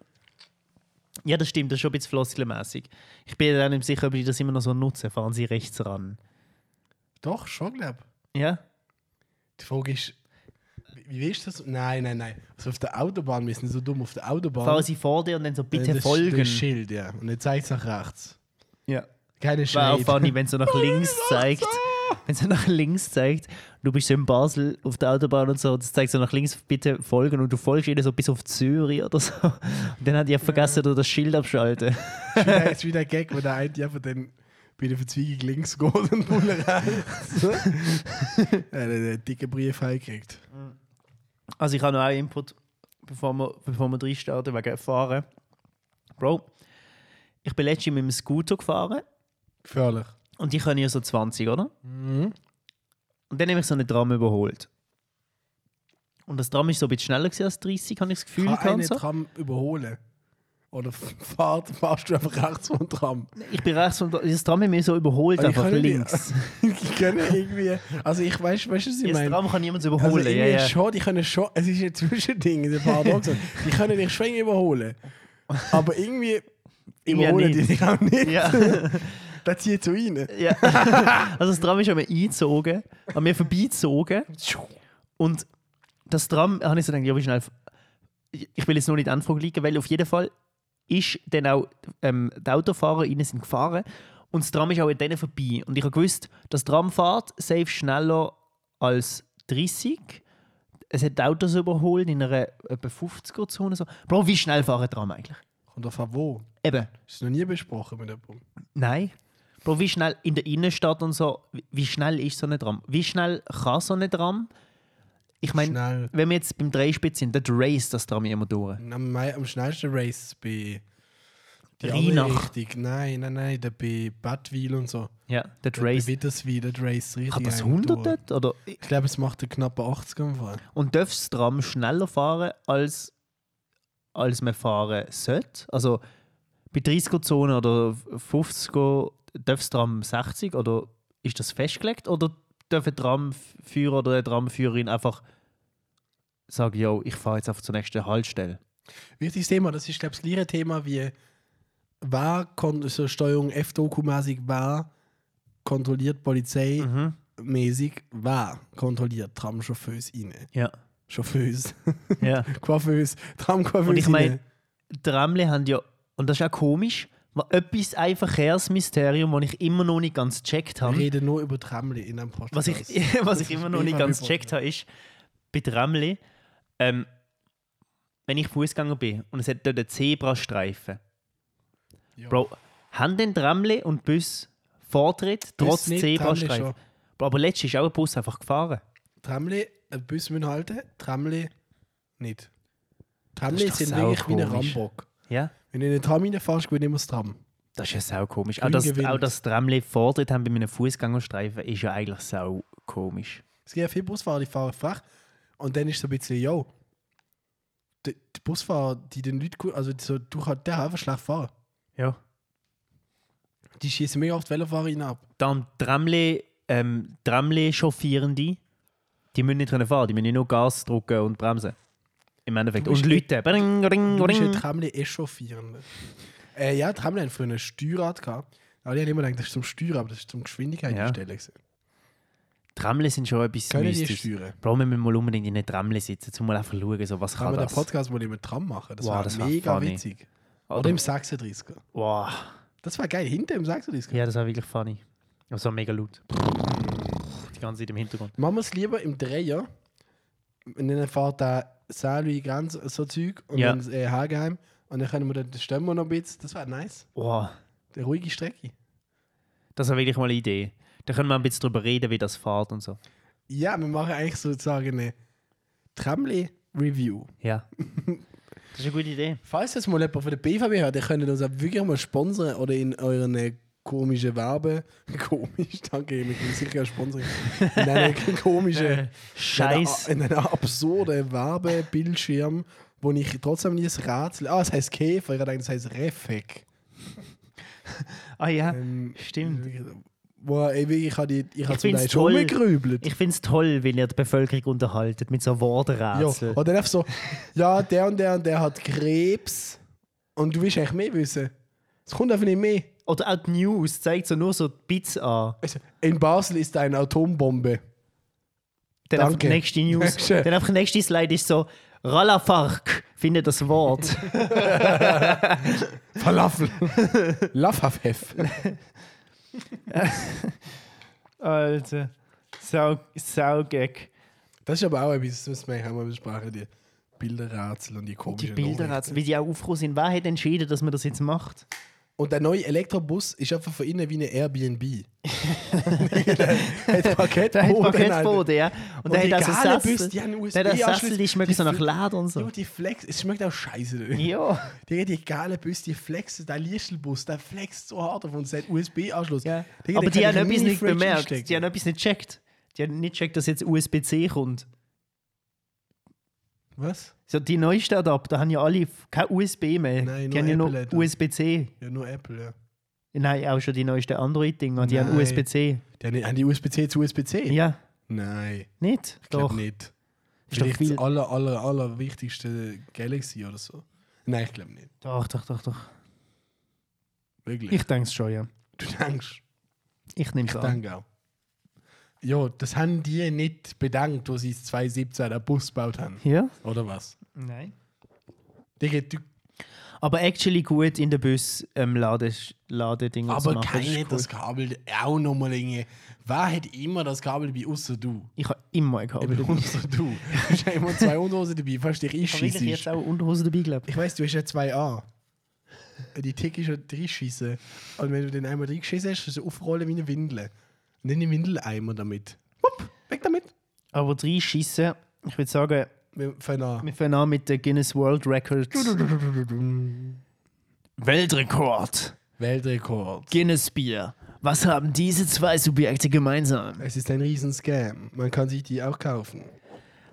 B: Ja, das stimmt, das ist schon ein bisschen floskelmässig. Ich bin dann nicht sicher, ob die das immer noch so nutzen. Fahren sie rechts ran.
A: Doch, schon, glaube
B: Ja?
A: Die Frage ist, wie- wie willst du das? Nein, nein, nein. Also auf der Autobahn, wir sind so dumm auf der Autobahn.
B: Fahren sie vor dir und dann so
A: Äh,
B: bitte
A: das,
B: folgen.
A: Das Schild, ja. Und dann zeigt es nach rechts.
B: ja.
A: Keine
B: War auch
A: Schritt.
B: funny, wenn es so nach links zeigt. Wenn es so nach links zeigt, du bist so in Basel auf der Autobahn und so, und es zeigt so nach links, bitte folgen und du folgst ihnen so bis auf Zürich oder so. Und dann hat ihr vergessen, da das Schild abschalten.
A: Das ist wieder- ist wieder ein Gag, wo der eine einfach dann bei der Verzweigung links geht und Bulle rechts. er hat einen dicken Brief gekriegt.
B: Also ich habe noch einen Input, bevor wir, bevor wir reinstarten, wegen Fahren. Bro, ich bin letztens mit dem Scooter gefahren
A: Gefährlich.
B: und die können ja so 20, oder?
A: Mhm.
B: Und dann habe ich so eine Tram überholt. Und das Tram ist so ein bisschen schneller gewesen als 30, habe ich das Gefühl.
A: Kann
B: gehabt und
A: eine
B: so.
A: Tram überholen. Oder f- fahrt, fahrst du einfach rechts vom Tram.
B: Ich bin rechts und das Tram hat mich so überholt,
A: Aber ich
B: einfach
A: kann nicht-
B: links.
A: Ich kann irgendwie. Also ich weiß, weißt du, was ich
B: Das
A: meine?
B: Tram kann niemand
A: Also
B: überholen.
A: irgendwie
B: ja, ja.
A: schon, die können schon, es ist ein Zwischending, es ist ein Paradoxon. die können dich schwingen überholen. Aber irgendwie
B: Irgendwie
A: überholen die
B: nicht.
A: dich auch nicht.
B: Ja.
A: Das zieht so rein.
B: ja. Also das Tram ist an mir eingezogen, an mir vorbeigezogen und das Tram, habe ich so gedacht, ja, wie schnell... Ich will jetzt nur nicht anfangen liegen, weil auf jeden Fall ist dann auch ähm, die Autofahrer innen sind gefahren und das Tram ist auch an denen vorbei. Und ich habe gewusst, das Tram fährt safe schneller als 30. Es hat die Autos überholt in einer etwa 50er-Zone. So. Bro, wie schnell fahren Tram eigentlich?
A: Und auf wo?
B: Eben.
A: Ist noch nie besprochen mit jemandem.
B: Nein. Bro, wie schnell in der Innenstadt und so, wie- wie schnell ist so eine Tram? Wie schnell kann so eine Tram? Ich meine,
A: Schnell.
B: wenn wir jetzt beim Dreispitz sind, dann race das Tram immer durch.
A: Am, mei- am schnellsten Race bei die
B: Rheinach.
A: andere Richtung. Nein, nein, nein, da bei Badwil und so.
B: Ja, der
A: Race. Bei
B: race.
A: Witterswil, das Race richtig.
B: Hat das
A: einen durch.
B: 100 dort? Oder?
A: Ich glaube, es macht einen knappen 80 am Fall.
B: Und darf das Tram schneller fahren, als, als man fahren sollte? Also bei 30er-Zone oder 50er, darf das Tram 60 oder ist das festgelegt? Oder darf ein Tramführer oder eine Tramführerin einfach sagen, yo, ich fahre jetzt einfach zur nächsten Haltestelle?
A: Wichtiges Thema, das ist, glaube ich, das gleiche Thema wie wer kon so Steuerung F-Doku-mäßig, wer kontrolliert Polizei
B: Mhm.
A: mäßig, wer kontrolliert Tramchauffeurs rein.
B: Ja.
A: Chauffeurs,
B: ja.
A: Coiffeurs,
B: Und
A: Tramcoiffeurs
B: ich meine, die Ramle haben ja, und das ist auch komisch, war etwas ein Verkehrsmysterium, das ich immer noch nicht ganz gecheckt
A: Wir
B: habe.
A: reden nur über Tramli in einem Podcast.
B: Was ich, was ich immer noch nicht ganz gecheckt habe, ist, bei Tramli, ähm, wenn ich Fußgänger bin und es hat dort einen Zebrastreifen.
A: Ja.
B: Bro, haben denn Tramli und Bus Vortritt
A: Bus
B: trotz
A: nicht, Tramli
B: Zebrastreifen? Bro, aber letztens ist auch ein Bus einfach gefahren.
A: Tramli, ein Bus müssen halten, Tramli nicht. Tramli
B: Das ist
A: sind
B: doch
A: wirklich wie ein
B: saukomisch.
A: Rambock.
B: Ja?
A: Wenn du in den Tram reinfährst, gewinnt immer das Tram.
B: Das ist ja sau komisch. Auch dass,
A: gewinnt.
B: auch dass Tramli Vortritt haben bei einem Fußgängerstreifen, ist ja eigentlich sau komisch.
A: Es gibt ja viele Busfahrer, die fahren frech. Und dann ist so ein bisschen, yo, die, die Busfahrer, die den Leuten gut, also so, du kannst der kann einfach schlecht fahren.
B: Ja.
A: Die schießen mega oft Velofahrer rein ab.
B: Dann Tramli, ähm, Tramli-Chauffierende die müssen nicht können fahren, die müssen nur Gas drücken und bremsen. Im Endeffekt. Und
A: bist-
B: Leute. Bring, ring,
A: Du bist ja
B: ring.
A: Tramli echauffieren. Äh, ja, Tramli haben früher ein Steuerrad gehabt. Aber die haben immer gedacht, das ist zum Steuern, aber das ist zum Geschwindigkeit
B: Ja.
A: einstellen. gewesen.
B: Tramle sind schon etwas
A: Können die
B: Mystisches.
A: steuern?
B: Bro, wir müssen mal unbedingt in einem Tramle sitzen, um mal einfach zu schauen, so, was
A: Kann
B: kann
A: man den
B: das.
A: Podcast mal über Tram machen? Das
B: Wow,
A: war
B: das wär
A: mega
B: funny.
A: witzig.
B: Oder-
A: Oder im 36er.
B: Wow.
A: Das war geil, hinter im 36er.
B: Ja, das war wirklich funny. Aber es war mega laut. Die ganze Zeit im Hintergrund.
A: Machen wir es lieber im Dreier. Und dann fährt der Salvi ganz so Zeug und
B: Ja.
A: dann äh, Hagenheim. Und dann können wir dann, dann stehen wir noch ein bisschen. Das war nice.
B: Wow.
A: Eine ruhige Strecke.
B: Das war wirklich mal eine Idee. Da können wir ein bisschen drüber reden, wie das fährt und so.
A: Ja, wir machen eigentlich sozusagen eine Tramli-Review.
B: Ja. Das ist eine gute Idee.
A: Falls jetzt mal jemand von der BVB hört, ihr könnt uns auch wirklich mal sponsern oder in euren äh, komischen Werbe. Komisch, danke, wir können sicher ein Sponsor. In einem komischen,
B: Äh, Scheiß.
A: in einem, in einem absurden Werbebildschirm, wo ich trotzdem nie ein Rätsel. Ah, es heißt Käfer, ich denke, das heißt Refek.
B: Ah ja,
A: Ähm,
B: stimmt.
A: Wo, ey, wirklich, ich habe die, ich habe
B: Mhm.
A: zum
B: Ich find's
A: Teil schon
B: toll.
A: umgegrübelt.
B: Ich finde es toll, wenn ihr die Bevölkerung unterhaltet mit so
A: Ja,
B: Worträtseln.
A: und dann einfach so, ja, der und der und der hat Krebs. Und du willst eigentlich mehr wissen. Es kommt einfach nicht mehr.
B: Oder auch die News zeigt so nur so die Bits an.
A: Also, in Basel ist eine Atombombe.
B: Dann einfach
A: Danke.
B: die nächste News.
A: Dankeschön.
B: Dann einfach die nächste Slide ist so, Ralafark findet das Wort.
A: Falafel. Lafafef.
B: Alter. Sau, Saugag.
A: Das ist aber auch etwas, das müssen wir eigentlich auch mal besprechen, die Bilderrätsel und die
B: Die
A: komischen
B: Bilderrätsel, wie die auch aufgekommen sind. Wer hat entschieden, dass man das jetzt macht?
A: Und der neue Elektrobus ist einfach von innen wie ein Airbnb. hat Parkett
B: Der hat
A: Boden, Alter.
B: Parkettboden, ja. Und, der
A: Und die
B: hat also
A: geilen
B: Sessel.
A: Busse, die haben einen
B: der hat einen
A: USB-Anschluss.
B: Sessel, die schmeckt so
A: Die
B: nach Leder und so.
A: Nur die Flex, es schmeckt auch scheiße. du.
B: Ja.
A: Die haben die geile Bus, die flexen, der Liestelbus, der flext so hart auf uns, der hat USB-Anschluss.
B: Ja.
A: Digga,
B: Aber
A: den
B: die
A: kann
B: haben
A: ich in meine
B: etwas nicht
A: Fridge
B: bemerkt.
A: einstecken.
B: Die haben e- etwas nicht gecheckt. Die haben nicht gecheckt, dass jetzt USB-C kommt.
A: Was?
B: So, die neuesten Adapter haben ja alle f- kein USB mehr.
A: Nein,
B: die
A: nur
B: haben
A: Apple
B: ja nur
A: hat das.
B: USB-C.
A: Ja, nur Apple, ja.
B: Nein, auch schon die neuesten Android-Dinger, die haben
A: Nein.
B: USB-C.
A: Die haben- haben die USB-C zu USB-C?
B: Ja,
A: Nein.
B: nicht?
A: Ich glaube
B: Doch.
A: nicht.
B: Ist doch
A: Vielleicht das
B: viel.
A: aller, aller, aller wichtigste Galaxy oder so. Nein, ich glaube nicht.
B: Doch, doch, doch, doch.
A: Wirklich.
B: Ich denke es schon, ja.
A: du denkst.
B: Ich nehme es
A: Ich
B: an.
A: denke auch. Ja, das haben die nicht bedankt, wo sie 2017 einen Bus gebaut haben.
B: Ja?
A: Oder was?
B: Nein.
A: Digga, du,
B: Aber actually gut in den Bus ähm, Lades- Ladedinger zu
A: aber
B: machen. das
A: keiner
B: ist
A: hat das Kabel auch nochmal irgendwie. Wer hat immer das Kabel dabei, außer du?
B: Ich habe immer ein Kabel
A: Eben,
B: dabei.
A: außer du. Du hast ja immer zwei Unterhosen dabei, falls dich
B: Ich habe wirklich
A: einschießt.
B: jetzt auch Unterhose dabei, glaube ich.
A: Ich weiß, du hast ja 2A. Die Tick ist ja reinschießen. Und wenn du den einmal reingeschissen hast, kannst du aufrollen wie eine Windel. Und dann den Windeleimer damit. Wupp, weg damit.
B: Aber drei Schiessen, ich würde sagen,
A: Wir fangen an.
B: wir fangen an mit den Guinness World Records. Weltrekord.
A: Weltrekord.
B: Guinness Bier. Was haben diese zwei Subjekte gemeinsam?
A: Es ist ein riesen Scam. Man kann sich die auch kaufen.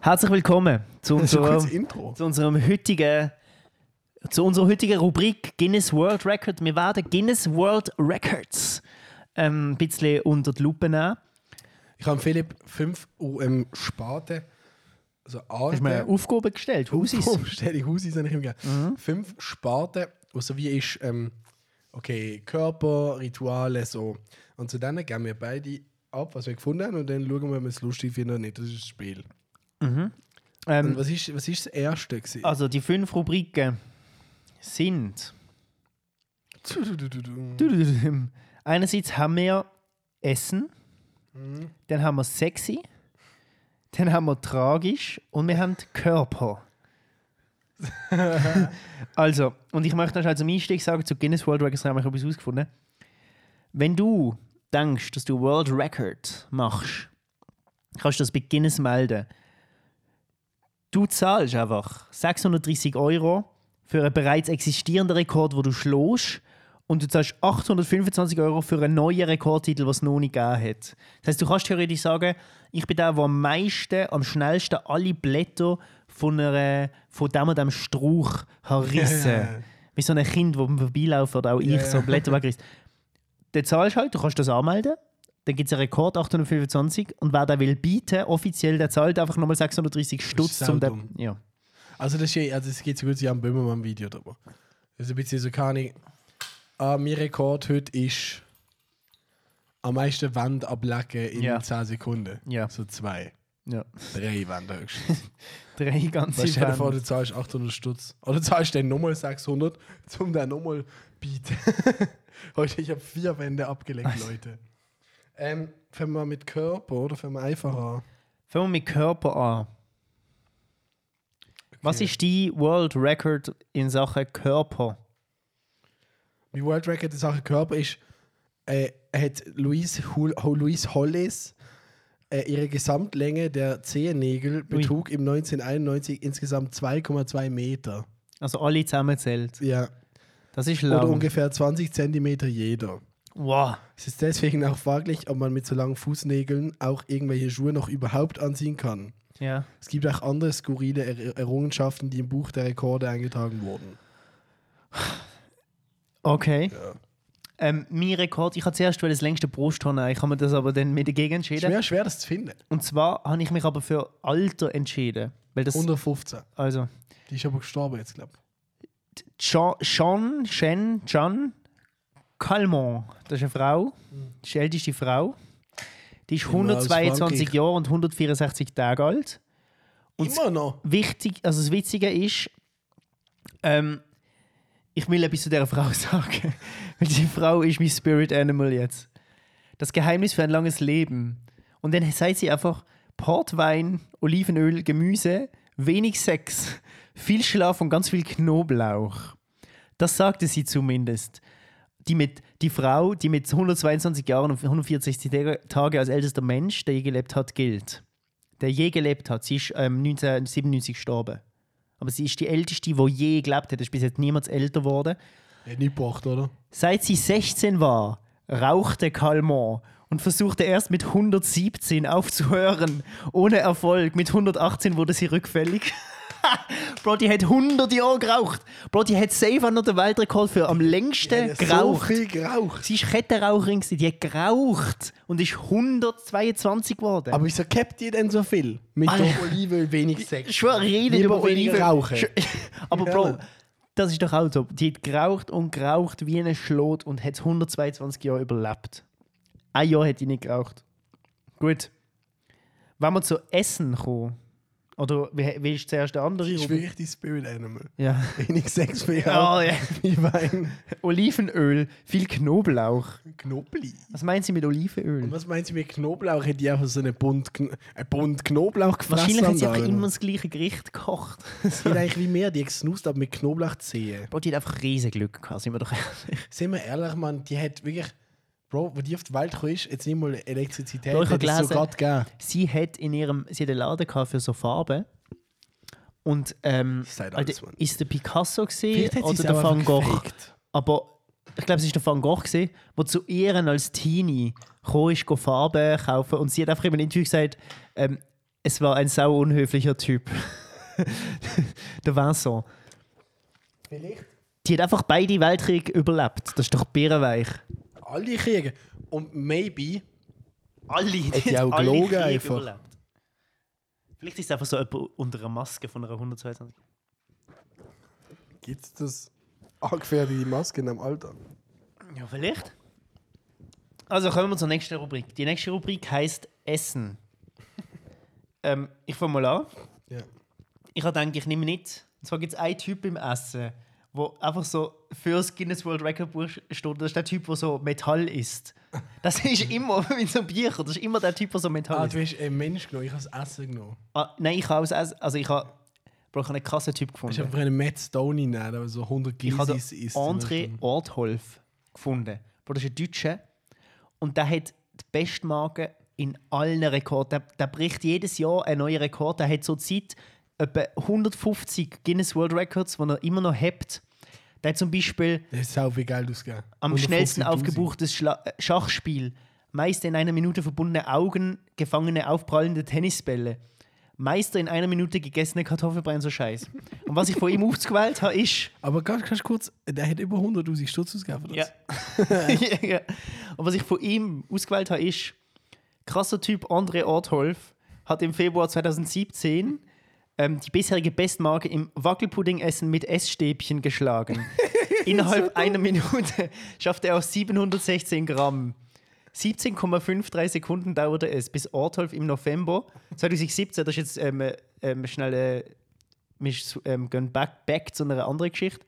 B: Herzlich willkommen zu
A: Das ist ein
B: unserer,
A: kurzes Intro.
B: zu unserem heutigen zu unserer heutigen Rubrik Guinness World Record. Wir werden Guinness World Records ähm, ein bisschen unter die Lupe nehmen.
A: Ich habe Philipp 5 UM Spate. Also
B: Hast du mir
A: alte
B: Aufgaben gestellt? Hausis.
A: Oh, Umstellung, Hausis habe ich ihm gegeben. Fünf Sparten, also wie ist, ähm, okay, Körper, Rituale, so. Und zu denen geben wir beide ab, was wir gefunden haben, und dann schauen wir, ob wir es lustig finden oder nicht. Das ist das Spiel. Und
B: Ähm,
A: was ist, was ist das erste? Gewesen?
B: also die fünf Rubriken sind. Einerseits haben wir Essen, dann haben wir Sexy, dann haben wir Tragisch und wir haben Körper. also, und ich möchte noch schnell zum Einstieg sagen, zu Guinness World Records haben wir etwas herausgefunden. Wenn du denkst, dass du World Record machst, kannst du das bei Guinness melden. Du zahlst einfach 630 Euro für einen bereits existierenden Rekord, wo du schlägst, und du zahlst 825 Euro für einen neuen Rekordtitel, was es noch nicht gegeben hat. Das heißt, du kannst theoretisch sagen, ich bin der, der am meisten, am schnellsten alle Blätter von, einer, von dem und dem Strauch kann rissen
A: Ja, ja, ja.
B: Wie so ein Kind, wo beim Vorbeilaufen oder auch ich
A: Ja, ja.
B: so Blätter wegrisst. Dann zahlst du halt, du kannst das anmelden
A: Dann gibt es einen Rekord 825 und wer da will bieten, offiziell, der zahlt einfach nochmal 630 Stutz
B: sau
A: zum
B: dumm.
A: dem. Ja.
B: Also das, ist, eh- also das geht so gut wie am Böhmermann-Video drüber. Das ist ein bisschen so keine. Ah, mein Rekord heute ist am meisten Wand ablecken in
A: Ja.
B: 10 Sekunden.
A: Ja.
B: So zwei,
A: ja.
B: drei Wände höchstens.
A: Drei ganze
B: Weil stell dir vor,
A: Wände.
B: du zahlst 800 Stutz. Oder du zahlst dann nochmal 600, zum dann nochmal bieten. Heute, ich habe vier Wände abgelenkt, Leute. Ähm, fangen wir mit Körper oder fangen wir einfacher an?
A: Fangen wir mit Körper an. Was
B: Okay.
A: ist die World Record in Sachen Körper?
B: Mein World Record in Sachen Körper ist, äh, hat Louise, Hul, Ho- Louise Hollis äh, ihre Gesamtlänge der Zehennägel betrug im 1991 insgesamt 2,2 Meter.
A: Also alle zusammenzählt.
B: Ja.
A: Das ist
B: Oder
A: lang.
B: ungefähr 20 Zentimeter jeder.
A: Wow.
B: Es ist deswegen auch fraglich, ob man mit so langen Fußnägeln auch irgendwelche Schuhe noch überhaupt anziehen kann.
A: Ja.
B: Es gibt auch andere skurrile er Errungenschaften, die im Buch der Rekorde eingetragen wurden.
A: Okay. Ähm, mein Rekord, ich hatte zuerst das längste Brusthaar, nehmen. ich habe mir das aber dann mit dagegen entschieden.
B: Schwer, schwer das zu finden.
A: Und zwar habe ich mich aber für Alter entschieden. Weil das,
B: Unter 15.
A: also,
B: Die ist aber gestorben jetzt, glaube ich.
A: Jean, Jean, Jean, Jean Calmont, das ist eine Frau, das ist die älteste Frau. Die ist
B: Mhm. Immer aus
A: 122
B: Frankreich. also ähm, ähm, ähm, ähm, Also, Ähm,
A: Ah,
B: Ah, also, äh, Meister in einer Minute gegessene Kartoffelbrei und so Scheiß. Und was ich von ihm aufgewählt habe, ist.
A: Aber ganz, ganz kurz, der hat über 100.000 Stutz ausgegeben. oder?
B: Ja. ja, ja. Und was ich von ihm ausgewählt habe, ist, krasser Typ André Ortholf hat im Februar 2017 ähm, die bisherige Bestmarke im Wackelpuddingessen mit Essstäbchen geschlagen. Innerhalb einer Minute schaffte er auch 716 Gramm. 17,53 Sekunden dauerte es, bis Ortholf im November 2017, das ist jetzt ähm, äh, ähm, schnell äh, wir sch- ähm, gehen back, back zu einer anderen Geschichte.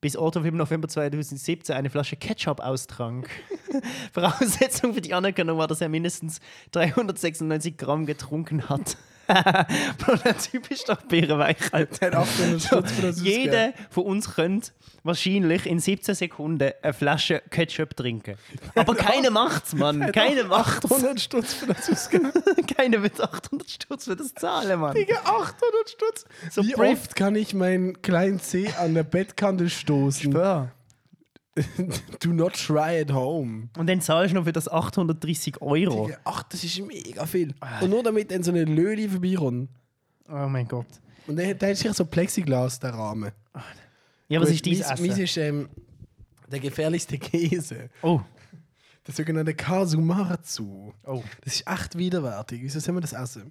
B: Bis Otto im November 2017 eine Flasche Ketchup austrank. Voraussetzung für die Anerkennung war, dass er mindestens 396 Gramm getrunken hat. Bro, der Typ ist doch bärenweich, Alter.
A: Der hat 800 Stutz für das ausgegeben.
B: Jeder von uns könnte wahrscheinlich in 17 Sekunden eine Flasche Ketchup trinken. Aber keiner macht's, Mann. Keiner macht's.
A: 800 Stutz für das ausgegeben.
B: Keiner wird 800 Stutz für das zahlen, Mann.
A: Digga, 800 Stutz.
B: So
A: Wie
B: brave.
A: oft kann ich meinen kleinen Zeh an der Bettkante stoßen?
B: Ja.
A: Do not try at home.
B: Und dann zahlst du noch für das 830 Euro.
A: Digga, ach, das ist mega viel. Und nur damit dann so eine Löli vorbeikommt.
B: Oh mein Gott.
A: Und der, der ist sicher so Plexiglas, der Rahmen.
B: Ja, was
A: Gut,
B: ist dein
A: meins- meins
B: Essen?
A: ist ähm, der gefährlichste Käse.
B: Oh.
A: Der sogenannte Kasumarzu.
B: Oh.
A: Das ist echt widerwärtig. Wieso soll man das essen?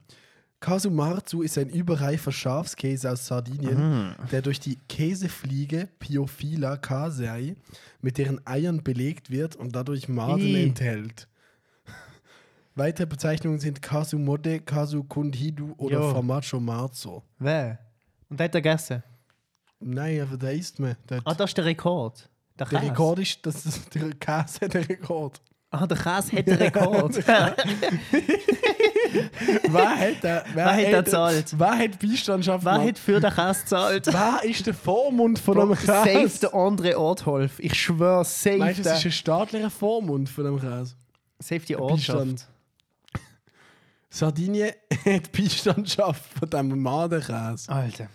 A: Kasumarzu ist ein überreifer Schafskäse aus Sardinien,
B: Mhm.
A: der durch die Käsefliege Pyophila casei mit deren Eiern belegt wird und dadurch Maden
B: Ih.
A: enthält. Weitere Bezeichnungen sind Kasumode, Kasukundhidu oder
B: Jo.
A: Formaggio Marzo.
B: Wer? Und der hat er gegessen.
A: Nein, aber da isst man. Der,
B: Ah, das ist der Rekord. Der,
A: der
B: Käse.
A: Rekord ist, das ist der Käse der Rekord.
B: Ah, der Käse hat den Rekord. Wer
A: Wer hat da, äh, wer
B: hat da
A: hat-
B: gezahlt?
A: Wer hat Beistandschaft gemacht?
B: hat für den Käse gezahlt?
A: Wer ist der Vormund von
B: Bro,
A: dem
B: Safe
A: Kreis?
B: der André Ortholf. Ich schwöre, safe
A: Weißt du, das ist
B: der.
A: ein staatlicher Vormund von dem Kreis.
B: Safe die
A: Beistand.
B: Ortschaft.
A: Sardinien hat Beistandschaft von dem Madenkreis.
B: Alter.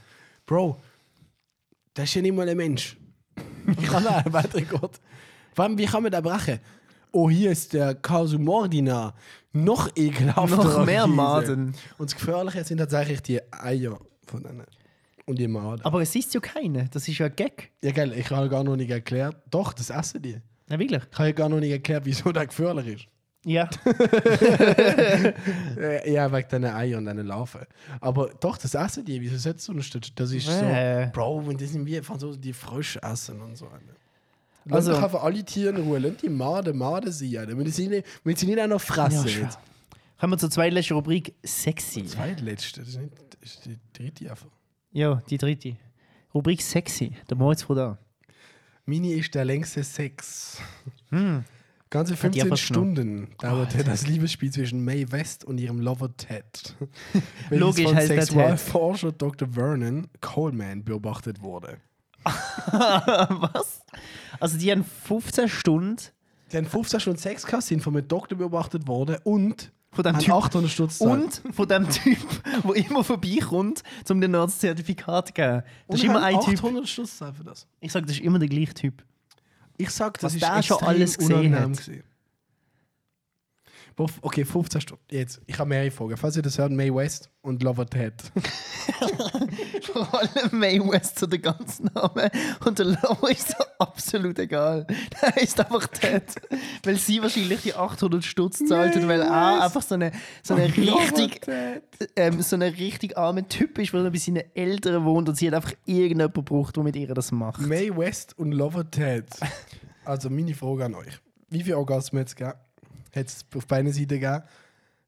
A: Bro, das ist ja nicht mal ein Mensch. kann er einen Weltrekord. Vor allem, wie kann man da brechen? Oh, hier ist der Casumordina. Noch ekelhafter.
B: Noch mehr
A: Käse.
B: Maden.
A: Und das Gefährliche sind tatsächlich die Eier von denen. Und die Maden.
B: Aber es ist ja keine. Das ist ja ein Gag.
A: Ja, geil, ich habe gar noch nicht erklärt. Doch, das essen die.
B: Na wirklich?
A: Ich habe ja gar noch nicht erklärt, wieso der gefährlich
B: Ja.
A: ist. Äh, ja, wegen deinen Eier und deinen Larven. Aber doch, das essen die. Wieso setzt du das? Das ist
B: Äh.
A: so. Bro, und das sind wir Franzosen, die frisch essen und so. Also,
B: Also-
A: ich habe alle Tiere in Ruhe. Lass die Made, Made sein. Alter. Wir sind nicht, wir sind nicht auch noch
B: ja
A: fressen.
B: schwör.
A: jetzt.
B: Kommen wir zur zweitletzten Rubrik: Sexy.
A: Zweitletzte, das ist, nicht, das ist die dritte einfach.
B: Ja, die dritte. Rubrik Sexy. Der Moritz von da.
A: Mini ist der längste Sex. Ganze
B: Hm. die
A: 15
B: einfach Ah, genommen.
A: Stunden dauerte das Liebesspiel zwischen Mae West und ihrem Lover Ted. welches
B: Logisch
A: von
B: heißt er Ted.
A: Sexualforscher Dr. Vernon Coleman beobachtet wurde.
B: Was? Also die haben 15 Stunden
A: Die haben 15 Stunden Sex gehabt, sind von einem Doktor beobachtet worden und
B: Von dem
A: haben
B: Typ.
A: 800 Stutz gezahlt.
B: und von dem Typ, der immer vorbeikommt, um den Arzt Zertifikat zu geben. Das ist
A: Und
B: immer
A: haben
B: ein Typ.
A: 800 Stutz gezahlt für das.
B: Ich sage, das ist immer der gleiche Typ.
A: Ich sag, das
B: Was
A: ist
B: der schon
A: extrem
B: alles gesehen
A: unangenehm
B: hat.
A: gewesen. Wo- Okay, 15 Stunden. Jetzt, ich habe mehrere Fragen. Falls ihr das hört, Mae West und Lover Ted.
B: Vor allem May West so der ganze Name. Und der Lover ist so absolut egal. Der ist einfach Ted. Weil sie wahrscheinlich die 800 Stutz zahlt und
A: Mae
B: weil er
A: West.
B: einfach so eine, so eine
A: Lover
B: richtig
A: Ted.
B: ähm, so ein richtig armer Typ ist, weil er bei seinen Eltern wohnt und sie hat einfach irgendjemanden braucht, der mit ihr das macht.
A: Mae West und Lover Ted. Also meine Frage an euch. Wie viele Orgasmen hat es gegeben? Hat es auf beiden Seiten gegeben?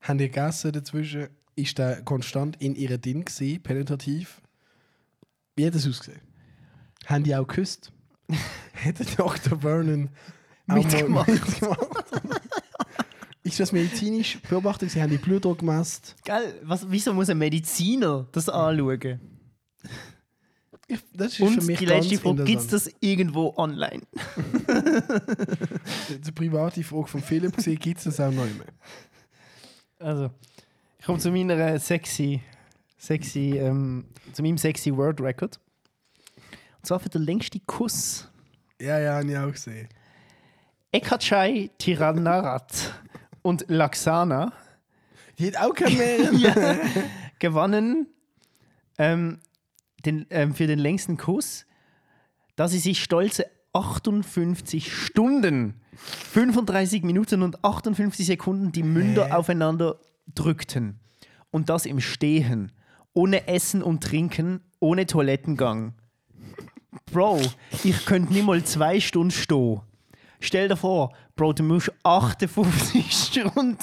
A: Haben die gegessen dazwischen? Ist der konstant in ihrer Ding gewesen, penetrativ? Wie hat es ausgesehen? Haben die auch geküsst? Hätte Dr. Vernon auch mal
B: Mitgemacht.
A: mitgemacht? ist das medizinisch beobachtet? Sie haben die Blutdruck gemessen.
B: Gell? Was, wieso muss ein Mediziner das anschauen?
A: Ich- Das ist
B: Und die letzte Frage:
A: interessant.
B: gibt es das irgendwo online?
A: Die private Frage von Philipp gesehen, gibt es das auch noch immer?
B: Also, ich komme zu meiner sexy, sexy, ähm, zu meinem sexy World Record. Und zwar für den längsten Kuss.
A: Ja, ja, habe ich auch gesehen.
B: Ekachai Tiranarat und Laxana
A: Die hat auch keinen mehr.
B: ja, gewannen ähm, den, ähm, für den längsten Kuss, dass sie sich stolze 58 Stunden, 35 Minuten und 58 Sekunden die Münder aufeinander drückten. Und das im Stehen, ohne Essen und Trinken, ohne Toilettengang. Bro, ich könnte nicht mal zwei Stunden stehen. Stell dir vor, Bro, du musst 58 Stunden.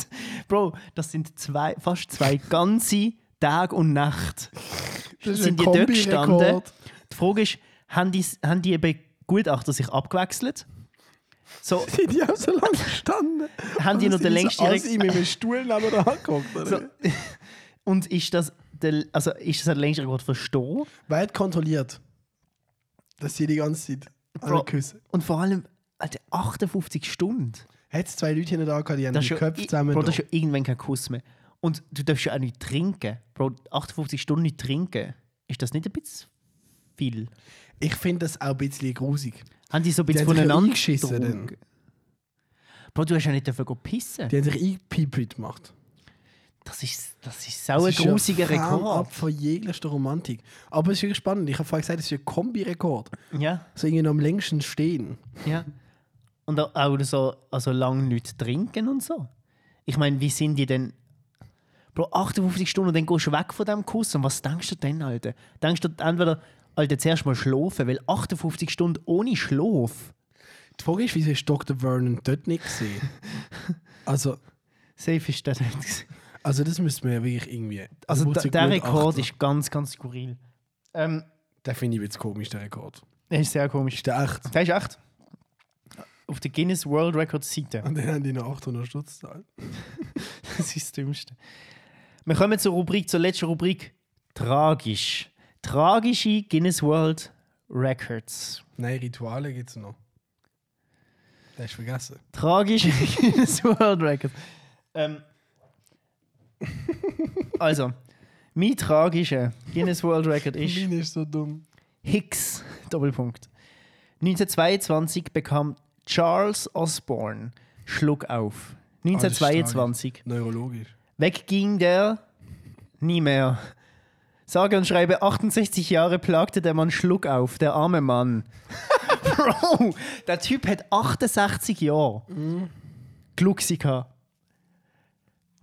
B: Bro, das sind zwei, fast zwei ganze Tag und Nacht.
A: Das ist
B: sind
A: ein
B: die dort
A: Kombi-Rekord.
B: gestanden. Die Frage ist, haben die, haben die Begutachter sich abgewechselt? So,
A: Sind die auch so lange gestanden?
B: Haben die
A: Oder
B: noch den
A: sind
B: längsten
A: so alle
B: Rek-
A: ihm im Stuhl neben da angeguckt? oder?
B: so und ist das, der, also ist das der längste Rekord verstehen?
A: Wer hat kontrolliert, dass sie die ganze Zeit
B: Bro,
A: alle küssen?
B: Und vor allem, Alter, 58 Stunden.
A: Hat es zwei Leute da gehabt, die haben
B: Das ist
A: die
B: ja,
A: Köpfe
B: i-
A: zusammen.
B: Bro, das ist ja irgendwann kein Kuss mehr. Und du darfst ja auch nicht trinken. Bro, 58 Stunden nicht trinken. Ist das nicht ein bisschen viel?
A: ich finde das auch ein bisschen grusig.
B: Haben die so ein bisschen
A: haben sich ja
B: voneinander
A: eingeschissen
B: getrunken? Bro, du hast ja nicht dürfen gehen pissen.
A: Die haben sich eingepipelt gemacht.
B: Das ist, das ist sau ein
A: Das ist ja
B: grusiger
A: fernab
B: Rekord.
A: von jeglicher Romantik. Aber es ist wirklich spannend. Ich habe vorhin gesagt, es ist ein Kombi-Rekord.
B: Ja,
A: So irgendwie noch am längsten stehen.
B: ja. Und auch- auch so also lange nicht trinken und so. Ich meine, wie sind die denn. Bro, 58 Stunden und dann gehst du weg von diesem Kuss. Und was denkst du denn, Alter? Denkst du entweder, Alter, zuerst mal schlafen, weil 58 Stunden ohne Schlaf.
A: Die Frage ist, wieso ist Dr. Vernon dort nicht gesehen? also,
B: Safe ist das nicht. gewesen.
A: also das müsste man ja wirklich irgendwie.
B: Also
A: muss
B: da,
A: ja
B: der
A: gut
B: Rekord
A: achten.
B: ist ganz, ganz skurril. Ähm,
A: Der finde ich jetzt komisch, der Rekord.
B: der ist sehr komisch.
A: Ist der echt?
B: Der ist echt. Auf der Guinness World Records Seite.
A: Und dann haben die noch 800 Stutz gezahlt.
B: Das ist das Dümmste. Wir kommen zur Rubrik, zur letzten Rubrik. Tragisch. Tragische Guinness World Records.
A: Nein, Rituale gibt es noch. Der ist vergessen.
B: Tragische Guinness World Records. Ähm, also, mein tragischer Guinness World Record ist.
A: Meine ist so dumm.
B: Hicks, Doppelpunkt. 1922 bekam Charles Osborne Schluck auf.
A: Ah,
B: 1922.
A: Neurologisch.
B: Wegging der nie mehr. Sage und schreibe, 68 Jahre plagte der Mann Schluck auf, der arme Mann. Bro, der Typ hat 68 Jahre. Mhm. Glucksi gehabt.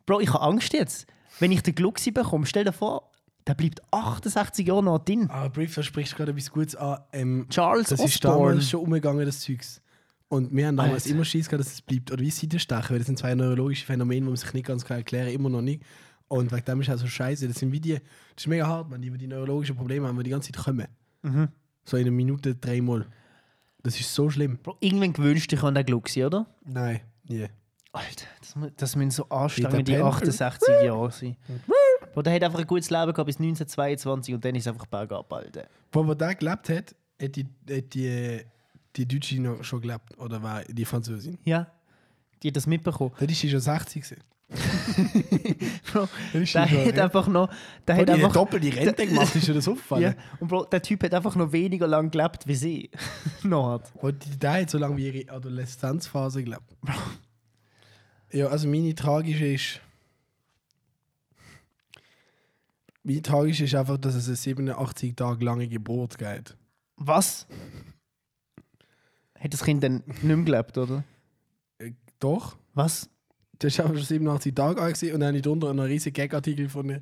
B: Bro, ich habe Angst jetzt. Wenn ich den Glucksi bekomme, stell dir vor, der bleibt 68 Jahre noch drin.
A: Aber Brief, da sprichst du gerade etwas Gutes an. Ähm,
B: Charles
A: das ist
B: Osborne.
A: damals schon umgegangen, das Zeugs. Und wir haben damals
B: Alter.
A: immer Schiss gehabt, dass es bleibt. Oder wie Seitenstechen, weil das sind zwei neurologische Phänomene, die man sich nicht ganz klar erklären immer noch nicht. Und wegen dem ist auch so scheiße. Das sind wie die, das ist mega hart, man, die, die neurologischen Probleme haben, die die ganze Zeit kommen.
B: Mhm.
A: So in einer Minute dreimal. Das ist so schlimm.
B: Bro, irgendwann gewünscht dich an den Glucksi, oder?
A: Nein, nie.
B: Alter, das, mu- das müssen so anstrengende
A: Peter Pan.
B: 68 Jahre sein. Bro, der hat einfach ein gutes Leben gehabt bis 1922 und dann ist es einfach bergab, Alter.
A: Wo, wo der gelebt hat, hat die, hat die, die Deutsche noch schon gelebt. Oder war die Französin.
B: Ja. Die hat das mitbekommen.
A: Dort ist sie schon 60 gewesen.
B: Bro,
A: Das ist
B: der
A: schon
B: hat
A: so,
B: einfach noch. Der
A: Hat
B: hat
A: die
B: einfach,
A: einfach doppelt die Rente gemacht, ist dir das
B: ja,
A: aufgefallen?
B: und Bro, der Typ hat einfach noch weniger lang gelebt wie sie. noch hat.
A: Und die- der hat so lange wie ihre Adoleszenzphase gelebt. Ja, also meine tragische ist... Meine tragische ist einfach, dass es eine 87 Tage lange Geburt geht.
B: Was? Hat das Kind dann nicht mehr gelebt, oder?
A: Doch,
B: Was?
A: das ist einfach schon 87 Tage alt gewesen und dann habe ich drunter einen riesigen Gagartikel von...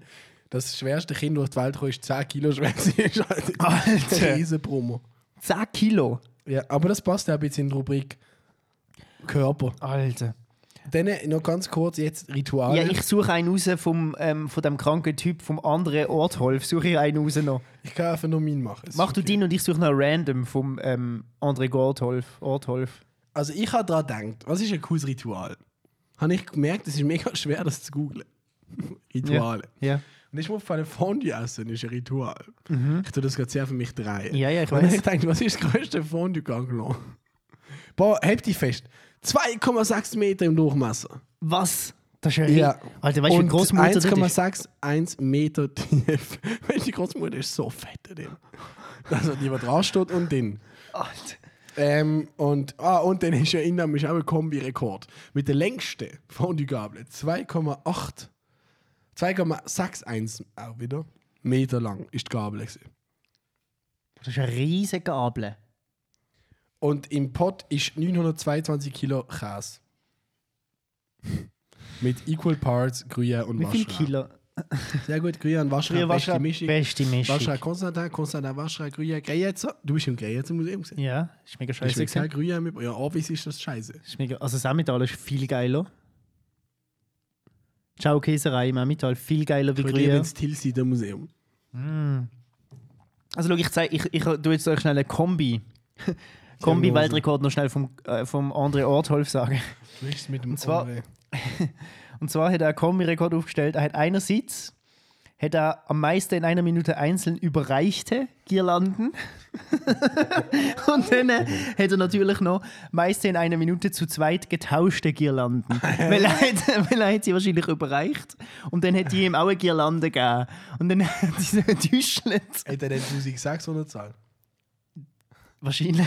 A: Das schwerste Kind, das auf die Welt kam, ist 10 Kilo schwer. gewesen. Das ist halt
B: Alter!
A: eine Riesenpromo.
B: 10 Kilo!
A: Ja, aber das passt ja ein bisschen in die Rubrik Körper.
B: Alter.
A: Dann noch ganz kurz jetzt Rituale.
B: Ja, ich suche einen raus vom, ähm, von dem kranken Typ vom anderen Ort, Holf. Suche ich einen raus noch.
A: Ich kann einfach nur meinen machen. Es
B: Mach
A: ist
B: du
A: okay.
B: den und ich suche noch random vom ähm, André Gortholf. Ortholf.
A: Also ich habe daran gedacht, was ist ein cooles Ritual? Habe ich gemerkt, es ist mega schwer, das zu googlen. Rituale.
B: Ja.
A: Und ich muss von einem Fondue essen, ist ein Ritual. Ich tue das gerade sehr für mich drehen.
B: Mhm. Ja, ja, ich
A: Und dann
B: weiß.
A: hab ich gedacht, was ist das größte Fondue gegangen? Boah, hebt dich fest. 2,6 Meter im Durchmesser.
B: Was? Das ist ja, ja. Alter, weißt du, wie
A: Und
B: die Großmutter das ist?
A: 1,61 Meter tief. Weißt du, die Großmutter ist so fett. Die. Also die, die dran steht und den.
B: Alter.
A: Ähm, und, ah, und dann ist ja in dem ist auch ein Kombi-Rekord. Mit der längsten Fondue-Gabel. 2,8 2,61 auch wieder Meter lang ist die Gabel. Gewesen.
B: Das ist eine riesige Gabel.
A: Und im Pot ist 922 Kilo Käse. Mit Equal Parts Gruyère und
B: Wie viel
A: Vacherin.
B: Kilo?
A: Sehr gut, Gruyère und Vacherin,
B: Gruyère,
A: beste
B: Vacherin,
A: Mischung.
B: beste Mischung.
A: Vacherin Constantin, Constantin Vacherin, Gruyère, Greyetzer. Du bist im Greyetzer Museum gesehen.
B: Ja, ist mega
A: Ich
B: scheiße.
A: will kein
B: gewesen.
A: Gruyère mit... Ja, obvious ist das scheiße.
B: Ist mega, also das Emmental ist viel geiler. Ciao Käserei im Emmental, viel geiler wie
A: Ich liebe
B: Gruyère.
A: das Tilsider Museum.
B: Also schau, ich, zeig, ich, ich tu jetzt euch schnell eine Kombi. Kombi-Weltrekord noch schnell vom, äh, vom André Ortholf sagen.
A: Du bist mit dem
B: zwar-
A: André.
B: Und zwar hat er einen Kombi-Rekord aufgestellt. Er hat einerseits hat er am meisten in einer Minute einzeln überreichte Girlanden. Und dann äh, hat er natürlich noch meiste in einer Minute zu zweit getauschte Girlanden. weil, er hat, weil er hat sie wahrscheinlich überreicht. Und dann hat die ihm auch eine Girlande gegeben. Und dann hat sie so getäuscht.
A: Hat er denn 1600 zahlt?
B: Wahrscheinlich.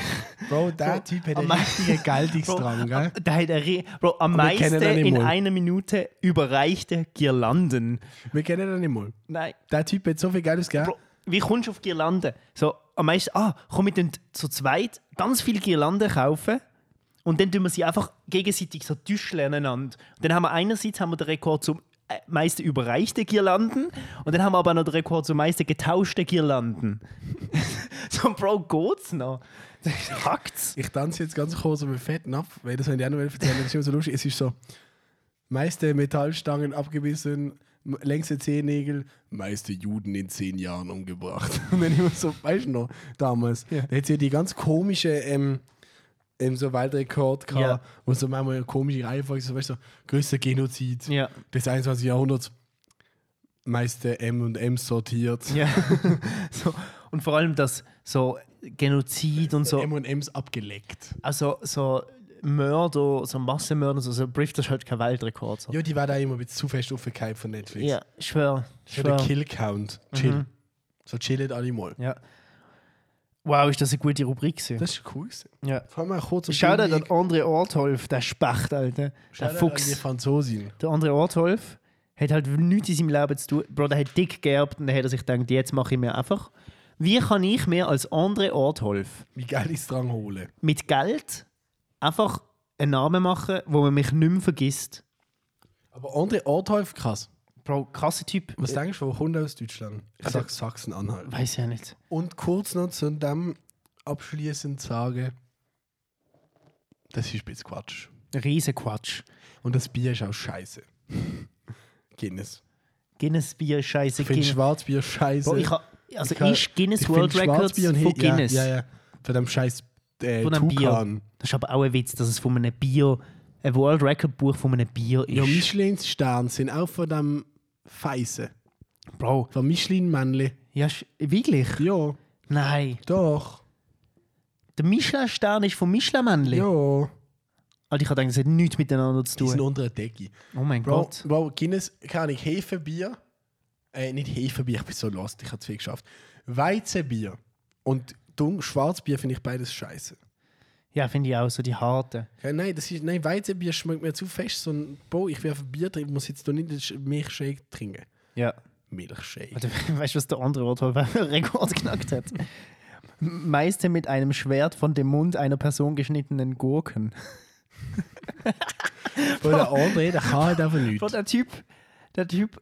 A: Bro, der Typ hat einen
B: am-
A: richtigen Geltungsdrang, gell?
B: Da hat er re- Bro, am
A: Aber wir kennen
B: meisten
A: ihn nicht
B: in
A: mal.
B: einer Minute überreichte Girlanden.
A: Wir kennen ihn nicht mal.
B: Nein.
A: Der Typ hat so viel Geldes gegeben.
B: Bro, wie kommst du auf Girlanden? So, am meisten, ah, komm, wir tun zu zweit ganz viele Girlanden kaufen und dann tun wir sie einfach gegenseitig so täuschen aneinander. Und dann haben wir einerseits haben wir den Rekord zum äh, meisten überreichten Girlanden und dann haben wir aber noch den Rekord zum meisten getauschten Girlanden. so, Bro, geht's noch? Hackt's?
A: Ich tanze jetzt ganz kurz auf einen fetten ab, weil das habe ich auch noch erzählen, das ist immer so lustig. Es ist so, meiste Metallstangen abgebissen, m- längste Zehennägel, meiste Juden in zehn Jahren umgebracht. Und dann immer so, weißt du noch, damals, da hat sie die ganz komische, ähm, ähm, so Weltrekord gehabt,
B: Ja.
A: wo so manchmal eine komische Reihenfolge, so, weißt du, so, größter Genozid
B: Ja.
A: des 21. Jahrhunderts, meiste M&M sortiert,
B: Ja. so. Und vor allem das so Genozid und so,
A: M&Ms abgeleckt.
B: also so Mörder, so Massenmörder, so, so Brief, das ist halt kein Weltrekord. So.
A: Ja, die war da immer ein bisschen zu fest aufgekeilt von Netflix.
B: Ja, schwör,
A: So der
B: schwör.
A: Kill-Count. Chill.
B: Mhm.
A: So chillet alle mal.
B: Ja. Wow, ist das eine gute Rubrik gewesen.
A: Das ist cool. gewesen.
B: Ja.
A: Vor allem auch kurz
B: Schau dir den André Ortholf, der Specht, Alter. Der
A: Die
B: Fuchs.
A: Franzosin.
B: Der André Ortholf hat halt nichts in seinem Leben zu tun. Bro, der hat dick geerbt und dann hat er sich gedacht, jetzt mache ich mir einfach. Wie kann ich mir als André Ortholf
A: Wie geil ist dran holen.
B: mit Geld einfach einen Namen machen, wo man mich nicht mehr vergisst.
A: Aber André Ortholf, krass.
B: Bro, krasser Typ.
A: Was denkst du, wo kommt er aus Deutschland? Ich sag Sachsen-Anhalt.
B: Weiß ja nicht.
A: Und kurz noch zu dem abschließend sagen, das ist ein bisschen Quatsch.
B: Riesen Quatsch.
A: Und das Bier ist auch scheiße. Guinness.
B: Guinness Bier, scheiße.
A: Ich finde
B: Guinness.
A: Schwarzbier scheiße.
B: Bro, ich ha, also
A: Ich kann-
B: ist Guinness
A: ich
B: World
A: find
B: Records
A: Schwarzbier und
B: von
A: He- ja,
B: Guinness.
A: Ja, ja. Von dem scheiß äh,
B: Von einem
A: Tukan.
B: Bier. Das ist aber auch ein Witz, dass es von einem Bier, ein World Record Buch von einem Bier
A: Ja,
B: ist.
A: Michelin-Sterne sind auch von dem Feisen.
B: Bro.
A: Von Michelin-Männchen.
B: Ja, sch- wirklich?
A: Ja,
B: Nein.
A: doch.
B: Der Michelin-Stern ist vom Michelin-Männchen.
A: Ja.
B: Alter, ich habe gedacht, das hat nichts miteinander zu
A: Die sind
B: tun.
A: unter der Decke.
B: Oh mein
A: Bro,
B: Gott.
A: Bro Guinness, keine Ahnung, Hefebier. Äh, nicht Hefebier, ich bin so lost, ich habe es viel geschafft. Weizenbier und Dung Schwarzbier finde ich beides scheiße.
B: Ja, finde ich auch so die harten.
A: Ja, nein, das ist, nein, Weizenbier schmeckt mir zu fest. So ein, Bro, ich werfe Bier drin, muss jetzt doch nicht den Sch- Milchshake trinken.
B: Ja.
A: Milchshake.
B: Warte, weißt du, was der andere Ort Rekord geknackt hat? M- Meiste mit einem Schwert von dem Mund einer Person geschnittenen Gurken.
A: Von der André, der kann halt einfach nichts.
B: Bro, der Typ, der Typ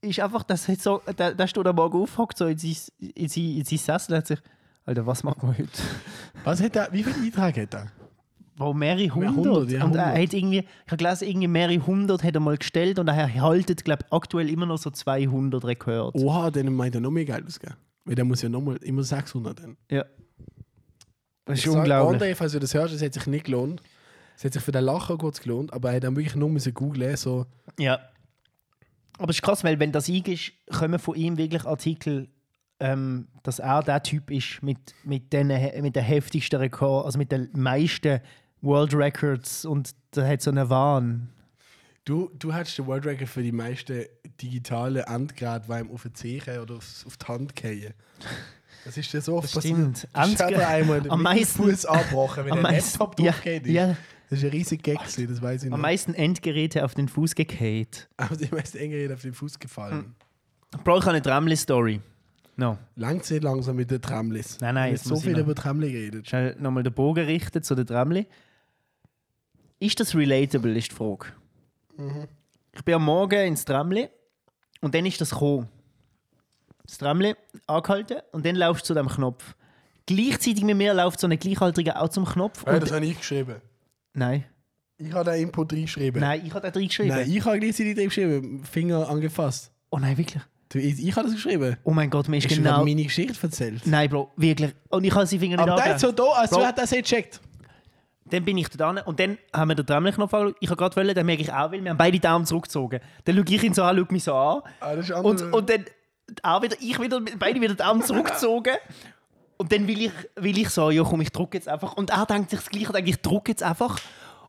B: ist einfach, das hat so, der, der steht am Morgen auf, hockt so in sein, in sein, in sein Sessel und hat sich, Alter, was machen wir heute?
A: Was hat er, wie viel Eintrag hat er?
B: Bro, mehrere
A: Mehr
B: hundert.
A: hundert, ja,
B: und er
A: hundert.
B: hat irgendwie, ich habe gelesen, irgendwie mehrere hundert hat er mal gestellt und er haltet, glaube ich, aktuell immer noch so 200 Rekorde.
A: Oha, dann meint er noch mehr Geld ausgeben. Weil der muss ja nochmal immer 600 dann.
B: Ja. Das ist
A: Ich sag,
B: unglaublich.
A: André, falls du das hörst, es hat sich nicht gelohnt. Es hat sich für den Lacher kurz gelohnt, aber er hat dann wirklich nur müssen googlen, so
B: Ja. Aber es ist krass, weil wenn das eingehst, kommen von ihm wirklich Artikel, ähm, dass er der Typ ist mit, mit, den, mit den heftigsten Rekord, also mit den meisten World Records und der hat so einen Wahn.
A: Du, du hättest den World Record für die meisten digitalen Endgeräte, weil ihm auf den Zehen oder auf, auf die Hand fallen. Das ist ja so oft
B: stimmt.
A: passiert. Ich
B: Endgerät-
A: habe einmal den
B: Am meisten-
A: Fuß abbrochen, wenn
B: Am
A: der
B: meisten-
A: Laptop
B: ja,
A: draufgeht. ist.
B: ja.
A: Das ist ein riesiger Gag, gewesen, das weiß ich
B: Am
A: noch.
B: meisten Endgeräte auf den Fuß gekehrt.
A: Aber die meisten Engel auf den Fuß
B: Hm.
A: gefallen.
B: Brauche ich eine Tramli-Story? No.
A: Langt nicht langsam mit den Tramlis.
B: Nein, nein,
A: Wir haben
B: jetzt
A: so
B: muss ich
A: viel
B: noch.
A: über Tramli geredet.
B: Schnell nochmal den Bogen richten zu den Tramli. Ist das relatable, ist die Frage.
A: Mhm.
B: Ich bin am Morgen ins Tramli und dann ist das gekommen. Das Tramli angehalten und dann laufst du zu dem Knopf. Gleichzeitig mit mir läuft so eine Gleichaltrige auch zum Knopf.
A: Nein,
B: Und
A: das habe ich geschrieben.
B: nein,
A: Ich habe den Input reingeschrieben.
B: nein, ich habe da reingeschrieben.
A: Nein, ich habe gleichzeitig reingeschrieben. Finger angefasst.
B: Oh nein, wirklich.
A: Du, ich, ich habe das geschrieben.
B: Oh mein Gott, mir ist
A: Ich
B: genau.
A: habe meine Geschichte erzählt.
B: Nein, Bro, wirklich. Und ich habe seine Finger nicht
A: Aber der
B: angegeben.
A: ist so da, als
B: Bro.
A: hat er es nicht gecheckt.
B: Dann bin ich da und dann haben wir den Tramli-Knopf angeschaut. Ich habe gerade wollen, dann merke ich auch, weil wir haben beide Daumen zurückgezogen. Dann schaue ich ihn so an, schaue mich so an.
A: Ah, das ist
B: Und,
A: andere-
B: und dann auch wieder, ich wieder, beide wieder den Daumen zurückgezogen. Und dann will ich, will ich so, ja komm, ich drücke jetzt einfach. Und er denkt sich das Gleiche, denkt, ich drücke jetzt einfach.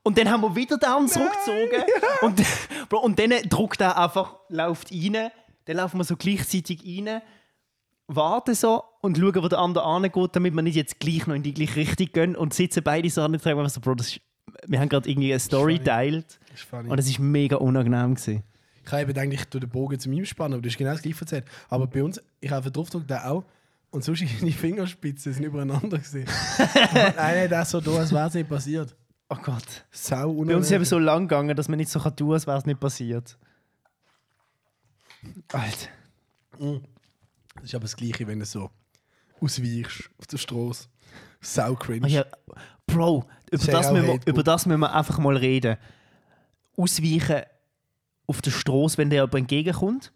B: Und dann haben wir wieder den Daumen zurückgezogen. Und, Bro, und dann drückt er einfach, läuft rein. Dann laufen wir so gleichzeitig rein, warten so und schauen, wo der andere angeht, damit wir nicht jetzt gleich noch in die gleiche Richtung gehen. Und sitzen beide so an und sagen so, Bro, das ist, wir haben gerade irgendwie eine Story
A: Funny.
B: geteilt.
A: Das ist funny.
B: Und es war mega unangenehm. Gewesen.
A: Ich habe eben gedacht, ich tue den Bogen zu meinem Spannen, aber du hast genau das gleiche erzählt. Aber bei uns, ich habe draufgedrückt, der auch. Und sonst die Fingerspitzen sind übereinander gesehen. Einer, der so da, als wäre es nicht passiert.
B: Oh Gott.
A: Sau
B: Bei uns ist es eben
A: unangenehm.
B: so lang gegangen, dass man nicht so tun kann, als wäre es nicht passiert. Alter.
A: Das ist aber das Gleiche, wenn du so ausweichst auf der Straße. Sau cringe.
B: Ah ja, Bro, über
A: Sehr
B: das,
A: auch
B: müssen wir,
A: Hate-Book.
B: über das müssen wir einfach mal reden. Ausweichen auf der Straße, wenn dir jemand entgegenkommt.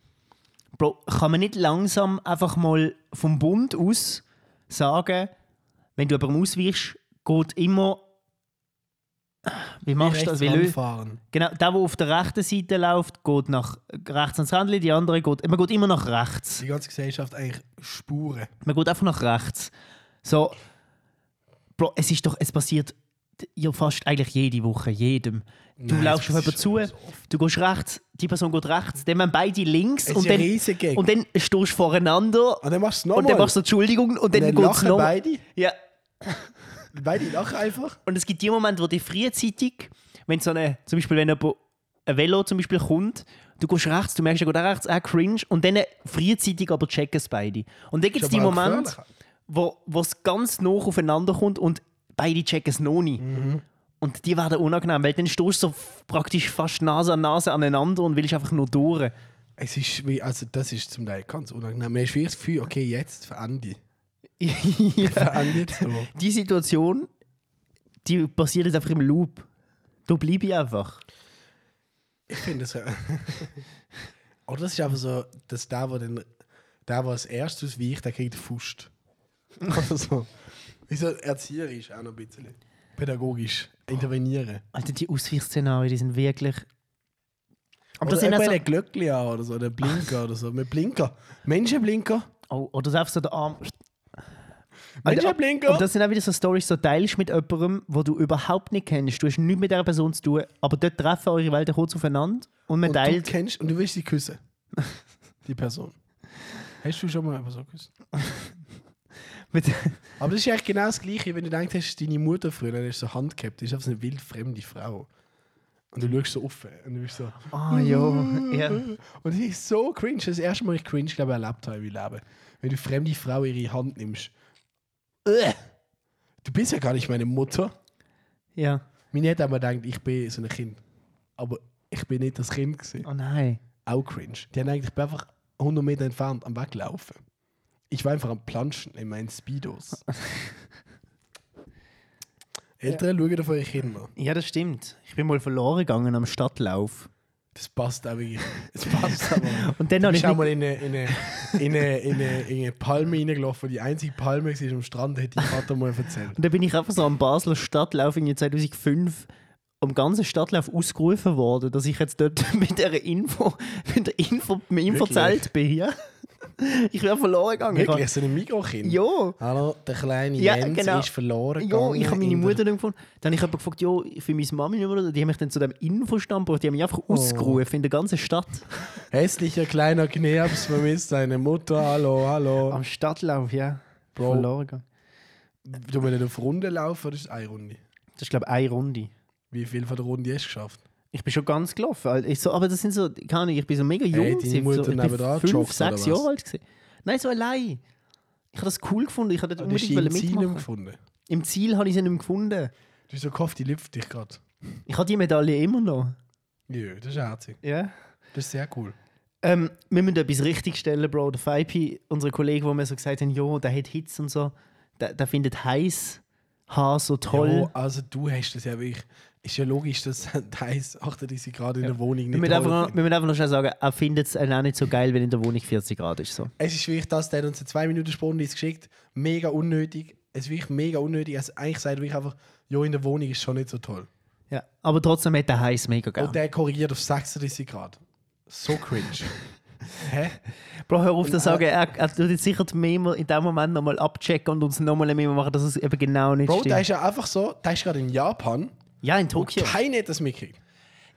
B: Bro, kann man nicht langsam einfach mal vom Bund aus sagen, wenn du jemandem ausweichst, geht immer. Wie machst du das? Wie
A: Rechts
B: lö-
A: ranfahren.
B: Genau, der, der auf der rechten Seite läuft, geht nach rechts ans Randli, die andere geht, man geht immer nach rechts.
A: Die ganze Gesellschaft eigentlich Spuren.
B: Man geht einfach nach rechts. So, Bro, es ist doch, es passiert ja fast eigentlich jede Woche, jedem. Du
A: Nein,
B: laufst auf
A: das
B: jemanden
A: ist
B: zu,
A: so oft.
B: du gehst rechts, die Person geht rechts, dann haben beide links
A: Es
B: und
A: ist ein
B: dann,
A: riesiger Gag.
B: und dann stehst du voreinander
A: Und dann machst du es
B: und dann
A: nochmal.
B: machst du Entschuldigung und dann,
A: dann
B: geht's
A: lachen
B: noch.
A: beide.
B: Ja,
A: Beide lachen einfach.
B: und es gibt die Momente, wo die frühzeitig, wenn so eine, zum Beispiel wenn jemand ein Velo zum Beispiel kommt, du gehst rechts, du merkst, er geht auch rechts, auch cringe und dann frühzeitig aber checken es beide. Und dann gibt es
A: Ist
B: die
A: aber auch
B: Momente, wo wo es ganz nah aufeinander kommt und beide checken es noch nicht.
A: Mhm.
B: Und die werden unangenehm, weil dann stehst du so f- praktisch fast Nase an Nase aneinander und willst einfach nur durch.
A: Es ist wie, also das ist zum Teil ganz unangenehm. Man ist wie das Gefühl, okay, jetzt für Andi.
B: ja.
A: Für Andi jetzt so.
B: Die Situation, die passiert jetzt einfach im Loop. Da bleibe ich einfach.
A: Ich finde das. Oder das ist einfach so, dass der, der dann, der, der als erstes weicht, der kriegt Fust. Oder
B: Also.
A: so. Wie so erzieherisch auch noch ein bisschen. Pädagogisch. Intervenieren.
B: Alter, die Ausweichszenarien, die sind wirklich. Aber
A: oder
B: das sind
A: auch
B: auch
A: so Glöckli an oder so, der Blinker oder so. Mit Blinker. Menschenblinker.
B: so, oh, oder selbst so der Arm.
A: Menschenblinker.
B: Und das sind auch wieder so Stories, so teilst mit jemandem, wo du überhaupt nicht kennst. Du hast nichts mit dieser Person zu tun, aber dort treffen eure Welten kurz aufeinander und man
A: Und du
B: teilt.
A: kennst und du willst sie küssen. Die Person. Hast du schon mal jemanden so geküsst?
B: Mit
A: Aber das ist eigentlich genau das Gleiche, wenn du denkst, hast deine Mutter früher, dann hast du so Hand gehabt, das ist einfach so eine wildfremde Frau. Und du schaust so offen und du bist so.
B: Ah, jo.
A: Mhm.
B: Ja.
A: Und ich so cringe. Das ist das erste Mal, ich cringe, glaube ich, erlebt habe in meinem Leben. Wenn du fremde Frau ihre Hand nimmst. Uäh. Du bist ja gar nicht meine Mutter.
B: ja.
A: Meine hat immer gedacht, ich bin so ein Kind. Aber ich bin nicht das Kind gewesen.
B: Oh nein.
A: Auch cringe. Die haben eigentlich ich bin einfach 100 Meter entfernt am Weglaufen. Ich war einfach am Planschen in meinen Speedos. Eltern schauen auf eure Kinder.
B: Ja, das stimmt. Ich bin mal verloren gegangen am Stadtlauf.
A: Das passt auch wirklich. Das passt aber.
B: Und dann
A: Du
B: habe
A: bist
B: ich
A: auch
B: nicht,
A: mal in eine, in eine, in eine, in eine, in eine Palme reingelaufen. Die einzige Palme war am Strand, hätte ich Vater mal erzählt.
B: und dann bin ich einfach so am Basler Stadtlauf in 2005 am ganzen Stadtlauf ausgerufen worden, dass ich jetzt dort mit der Info, mit der Info, mit dem Infozelt bin. Ja. Ich bin verloren gegangen. Ich
A: Wirklich, so ein Mikrokind.
B: Ja.
A: Hallo, der kleine
B: Ja,
A: Jens
B: genau.
A: ist verloren
B: Ja, ich habe meine
A: in der-
B: Mutter dann gefunden. Dann habe ich jemanden gefragt, jo, für meine Mami nicht mehr. Die haben mich dann zu dem Infostand gebracht. Die haben mich einfach ausgerufen in der ganzen Stadt.
A: Hässlicher kleiner Knirps vermisst seine Mutter. Hallo, hallo.
B: Am Stadtlauf, ja.
A: Bro.
B: Verloren gegangen.
A: Du willst nicht auf Runde laufen, das ist eine Runde.
B: Das ist, glaube ich, eine Runde.
A: Wie viel von der Runde hast du geschafft?
B: Ich bin schon ganz gelaufen. Alter. Ich so, aber das sind so, keine Ahnung, ich bin so mega jung.
A: deine
B: gewesen.
A: Mutter
B: so, ich
A: nebendran
B: bin fünf,
A: gejoggt, oder
B: sechs
A: was?
B: Jahre alt. Gewesen. Nein, so allein. Ich habe das cool gefunden. Ich habe dort
A: Du hast sie im
B: unbedingt wollen
A: Ziel nicht mehr
B: mitmachen.
A: gefunden.
B: Im Ziel habe ich sie nicht mehr gefunden.
A: Du hast so gehofft, die lüpft dich gerade.
B: Ich habe die Medaille immer noch.
A: Ja, das ist herzig.
B: Ja.
A: Das ist sehr cool.
B: Ähm, wir müssen etwas richtigstellen, Bro. Der Feipi, unser Kollege, wo wir so gesagt haben, jo, der hat Hitze und so, der, der findet heiß Haar so toll.
A: Ja, also du hast das ja wirklich. Ist ja logisch, dass Thais 38 Grad in der Wohnung nicht
B: wir, müssen
A: toll
B: einfach, noch-
A: findet.
B: wir müssen einfach noch schnell sagen, er findet es auch nicht so geil, wenn in der Wohnung 40 Grad ist. So.
A: Es ist wirklich das, der hat uns eine 2 Minuten Spornliste geschickt. Mega unnötig. Es ist wirklich mega unnötig. Also eigentlich sagt er wirklich einfach, ja, in der Wohnung ist schon nicht so toll.
B: Ja. Aber trotzdem hat der heiß mega geil.
A: Und der korrigiert auf 36 Grad. So cringe. Hä?
B: Bro, hör auf zu sagen, er, er tut jetzt sicher die Memo in dem Moment nochmal abchecken und uns nochmal eine Memo machen, dass es eben genau nicht
A: Bro,
B: stimmt.
A: der ist ja einfach so, der ist gerade in Japan.
B: ja, in Tokio.
A: Keiner hat das mitgekriegt.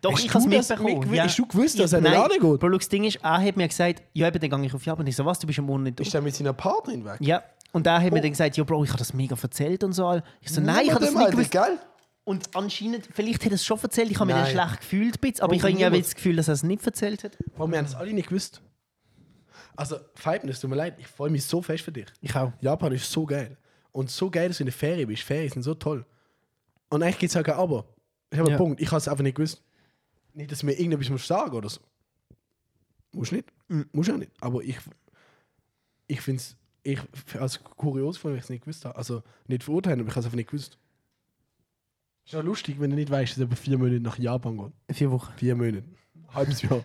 B: Doch,
A: Hast
B: ich habe es
A: du das
B: mitbekommen.
A: mitgew-
B: Ja.
A: hast du gewusst, dass er
B: Nein.
A: nicht angeht?
B: Bro, schau, das Ding ist, er hat mir gesagt, ja, eben, dann gehe ich auf Japan. Ich so, was, du bist im Monat nicht da.
A: Ist Oh. der mit seiner Partnerin weg?
B: Ja. Und da hat mir dann gesagt, ja Bro, ich habe das mega erzählt und so. all. Ich so, nein, ich habe das
A: Niemandem,
B: nicht
A: Alter,
B: gewusst.
A: Gell?
B: Und anscheinend, vielleicht hat er es schon erzählt, ich habe mich dann
A: Nein.
B: schlecht gefühlt, ein bisschen, aber
A: Bro,
B: ich habe irgendwie
A: niemand.
B: das Gefühl, dass er es nicht erzählt hat.
A: Bro, wir haben es alle nicht gewusst. Also, Feiben, es tut mir leid, ich freue mich so fest für dich.
B: Ich auch.
A: Japan ist so geil. Und so geil, dass du in der Ferie bist. Ferien sind so toll. Und eigentlich gibt es halt kein Aber. Ich habe
B: Ja.
A: einen Punkt, ich habe es einfach nicht gewusst. Nicht, dass mir irgendetwas musst sagen oder so. Muss nicht.
B: Mm.
A: Muss auch nicht. Aber ich, ich finde es ich, als kurios, weil ich es nicht gewusst habe. Also nicht verurteilen, aber ich habe es einfach nicht gewusst. Ist ja lustig, wenn du nicht weißt, dass er vier Monate nach Japan geht.
B: Vier Wochen.
A: Vier Monate. Halbes Jahr.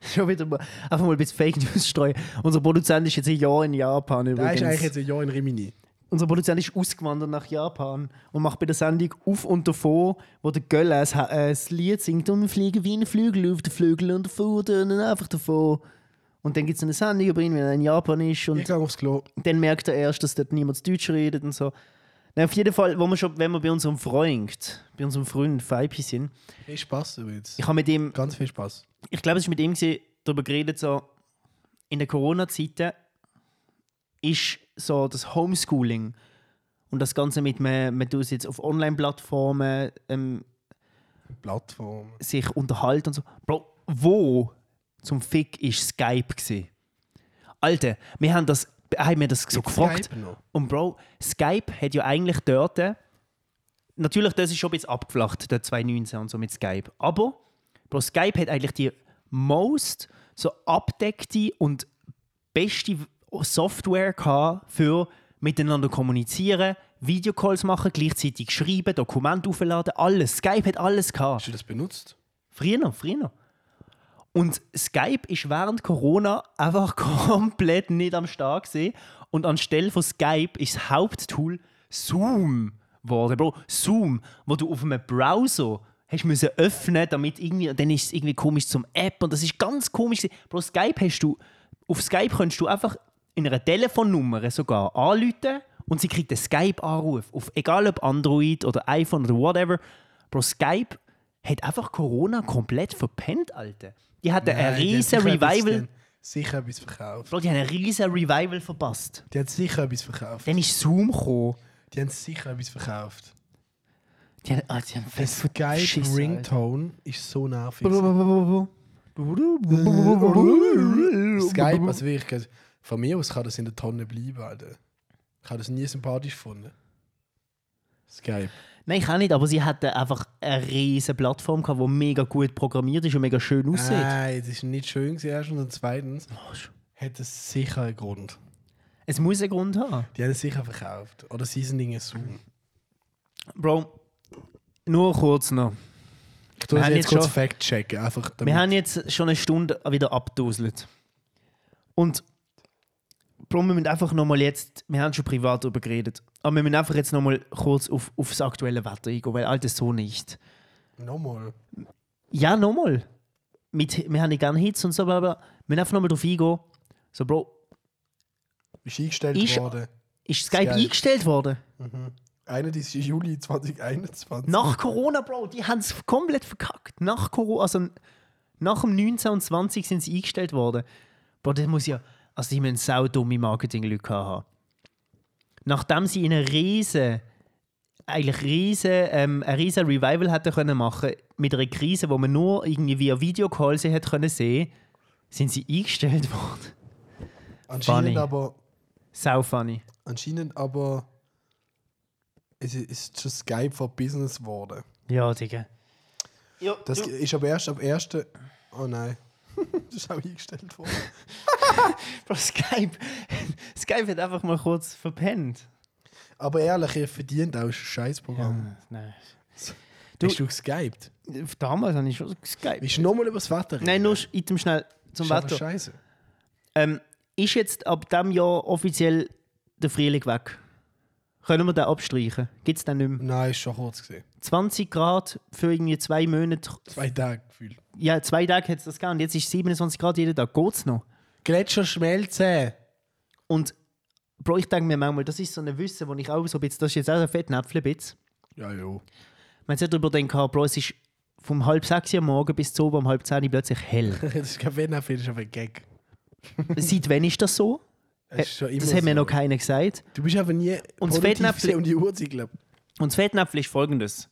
B: Schon wieder mal, einfach mal ein bisschen Fake News streuen. Unser Produzent ist jetzt ein Jahr in Japan
A: Da
B: übrigens.
A: ist eigentlich jetzt ein Jahr in Rimini.
B: Unser Produzent ist ausgewandert nach Japan und macht bei der Sendung «Auf und davon», wo der Gölles äh, das Lied singt und wir fliegen wie ein Flügel auf den Flügel und davon und einfach davon. Und dann gibt es eine Sendung über ihn, wenn er in Japan ist und
A: Ich gehe aufs Klo.
B: dann merkt er erst, dass dort niemand Deutsch redet und so. Na, auf jeden Fall, wo wir schon, wenn wir bei unserem Freund, bei unserem Freund Feipi sind,
A: Viel Spaß übrigens.
B: ich habe mit ihm,
A: Ganz viel Spaß.
B: ich glaube, es ist mit ihm gewesen, darüber geredet, so in der Corona-Zeiten ist so das Homeschooling und das Ganze mit, man, man tut es jetzt auf Online-Plattformen ähm,
A: Plattform.
B: sich unterhalten und so. Bro, wo zum Fick ist Skype gewesen? Alter, wir haben das, haben wir das so gefragt.
A: Skype noch.
B: Und Bro, Skype hat ja eigentlich dort. Natürlich, das ist schon ein bisschen abgeflacht, der 2019 und so mit Skype. Aber Bro, Skype hat eigentlich die most so abdeckte und beste Software gehabt für miteinander kommunizieren, Videocalls machen, gleichzeitig schreiben, Dokumente aufladen, alles. Skype hat alles gehabt.
A: Hast du das benutzt?
B: Früher noch, früher noch. Und Skype ist während Corona einfach komplett nicht am Start gewesen. Und anstelle von Skype ist das Haupttool Zoom geworden. Bro, Zoom, wo du auf einem Browser hast müssen öffnen, damit irgendwie, dann ist es irgendwie komisch zum App und das ist ganz komisch. gewesen. Bro, Skype hast du, auf Skype kannst du einfach in einer Telefonnummer sogar anrufen und sie kriegt einen Skype-Anruf. Auf egal ob Android oder iPhone oder whatever. Bro, Skype hat einfach Corona komplett verpennt, Alter. Die hatten
A: Nein,
B: einen
A: die hat
B: riesen
A: sicher etwas-
B: Revival.
A: Sicher etwas verkauft.
B: Bro, die haben einen riesen Revival verpasst.
A: Die haben sicher etwas verkauft.
B: Dann ist Zoom gekommen.
A: Die haben sicher etwas verkauft.
B: Die haben, ah, die haben
A: Der
B: fest
A: Skype
B: Schiss,
A: Ringtone ist so nervig. Skype,
B: Skype.
A: also wirklich, also von mir aus kann das in der Tonne bleiben, Alter. Ich habe das nie sympathisch gefunden. Skype.
B: Nein, ich auch nicht, aber sie hatten einfach eine riesige Plattform, gehabt, die mega gut programmiert ist und mega schön aussieht.
A: Nein, das ist nicht schön gewesen, erstens. Und zweitens hat es sicher einen Grund.
B: Es muss einen Grund haben.
A: Die haben es sicher verkauft. Oder sie sind in Zoom.
B: Bro, nur kurz noch.
A: Ich tue
B: Wir
A: das
B: haben
A: jetzt
B: jetzt
A: kurz
B: schon-
A: fact-checken. Einfach damit.
B: Wir haben jetzt schon eine Stunde wieder abduselt. Und Bro, wir müssen einfach nochmal jetzt, wir haben schon privat darüber geredet, aber wir müssen einfach jetzt nochmal kurz auf, auf das aktuelle Wetter eingehen, weil all das so nicht.
A: Nochmal.
B: Ja, nochmal. Mit, wir haben nicht gerne Hits und so, bla bla. bla. Wir müssen einfach nochmal drauf eingehen. So, Bro,
A: Ist eingestellt
B: Ist-
A: worden.
B: ist Skype
A: Skype.
B: eingestellt worden?
A: 31. Juli 2021.
B: Nach Corona, Bro, die haben es komplett verkackt. Nach Corona, also nach dem 19 und 20 sind sie eingestellt worden. Bro, das muss ja, also die müssen sau dumme Marketing-Leute gehabt haben. Nachdem sie in eine riesen eigentlich riesen, ähm, ein riesen Revival hätte können machen mit einer Krise, wo man nur irgendwie via Videocall sie hätte können sehen, sind sie eingestellt worden.
A: Anscheinend
B: Funny.
A: aber,
B: Sau funny.
A: anscheinend aber, es i- ist schon Skype for Business geworden.
B: Ja, Digga. Ja,
A: Das
B: du,
A: ist aber erst am 1. Oh nein. das ist auch eingestellt worden.
B: Bro, Skype. Skype hat einfach mal kurz verpennt.
A: Aber ehrlich, ihr verdient auch ein scheiß Programm.
B: Nein.
A: Du
B: Du-
A: Hast du geskypt?
B: Äh, Damals habe ich schon Skype.
A: Willst du nochmal über das Wetter reden?
B: Nein, nur sch- item schnell zum
A: Ist einfach
B: Wetter.
A: scheiße.
B: Ähm, ist jetzt ab diesem Jahr offiziell der Frühling weg? Können wir den abstreichen? Gibt es den nicht mehr?
A: Nein, ist schon kurz gesehen.
B: 20 Grad für irgendwie zwei Monate.
A: Zwei Tage gefühlt.
B: Ja, zwei Tage hätte es das gegeben. Und jetzt ist 27 Grad jeden Tag. Geht's noch?
A: Gletscher schmelzen.
B: Und Bro, ich denke mir manchmal, das ist so ein Wissen, wo ich auch so ein bisschen, das ist jetzt auch so ein Fettnäpfchen ein bisschen.
A: Ja, jo.
B: Man hat darüber denkt, Bro, es ist vom halb sechs Uhr am morgen bis zu oben um halb zehn Uhr plötzlich hell.
A: Das ist kein Wettnapfel, das ist einfach ein Gag.
B: Seit wann ist das so?
A: Das, ist schon immer
B: Äh, Das hat mir
A: so.
B: noch keiner gesagt.
A: Du bist einfach nie
B: Und das
A: produktiv
B: Fettnäpfchen-
A: gewesen um die Uhrzeit, glaube
B: Und das Fettnäpfchen ist folgendes.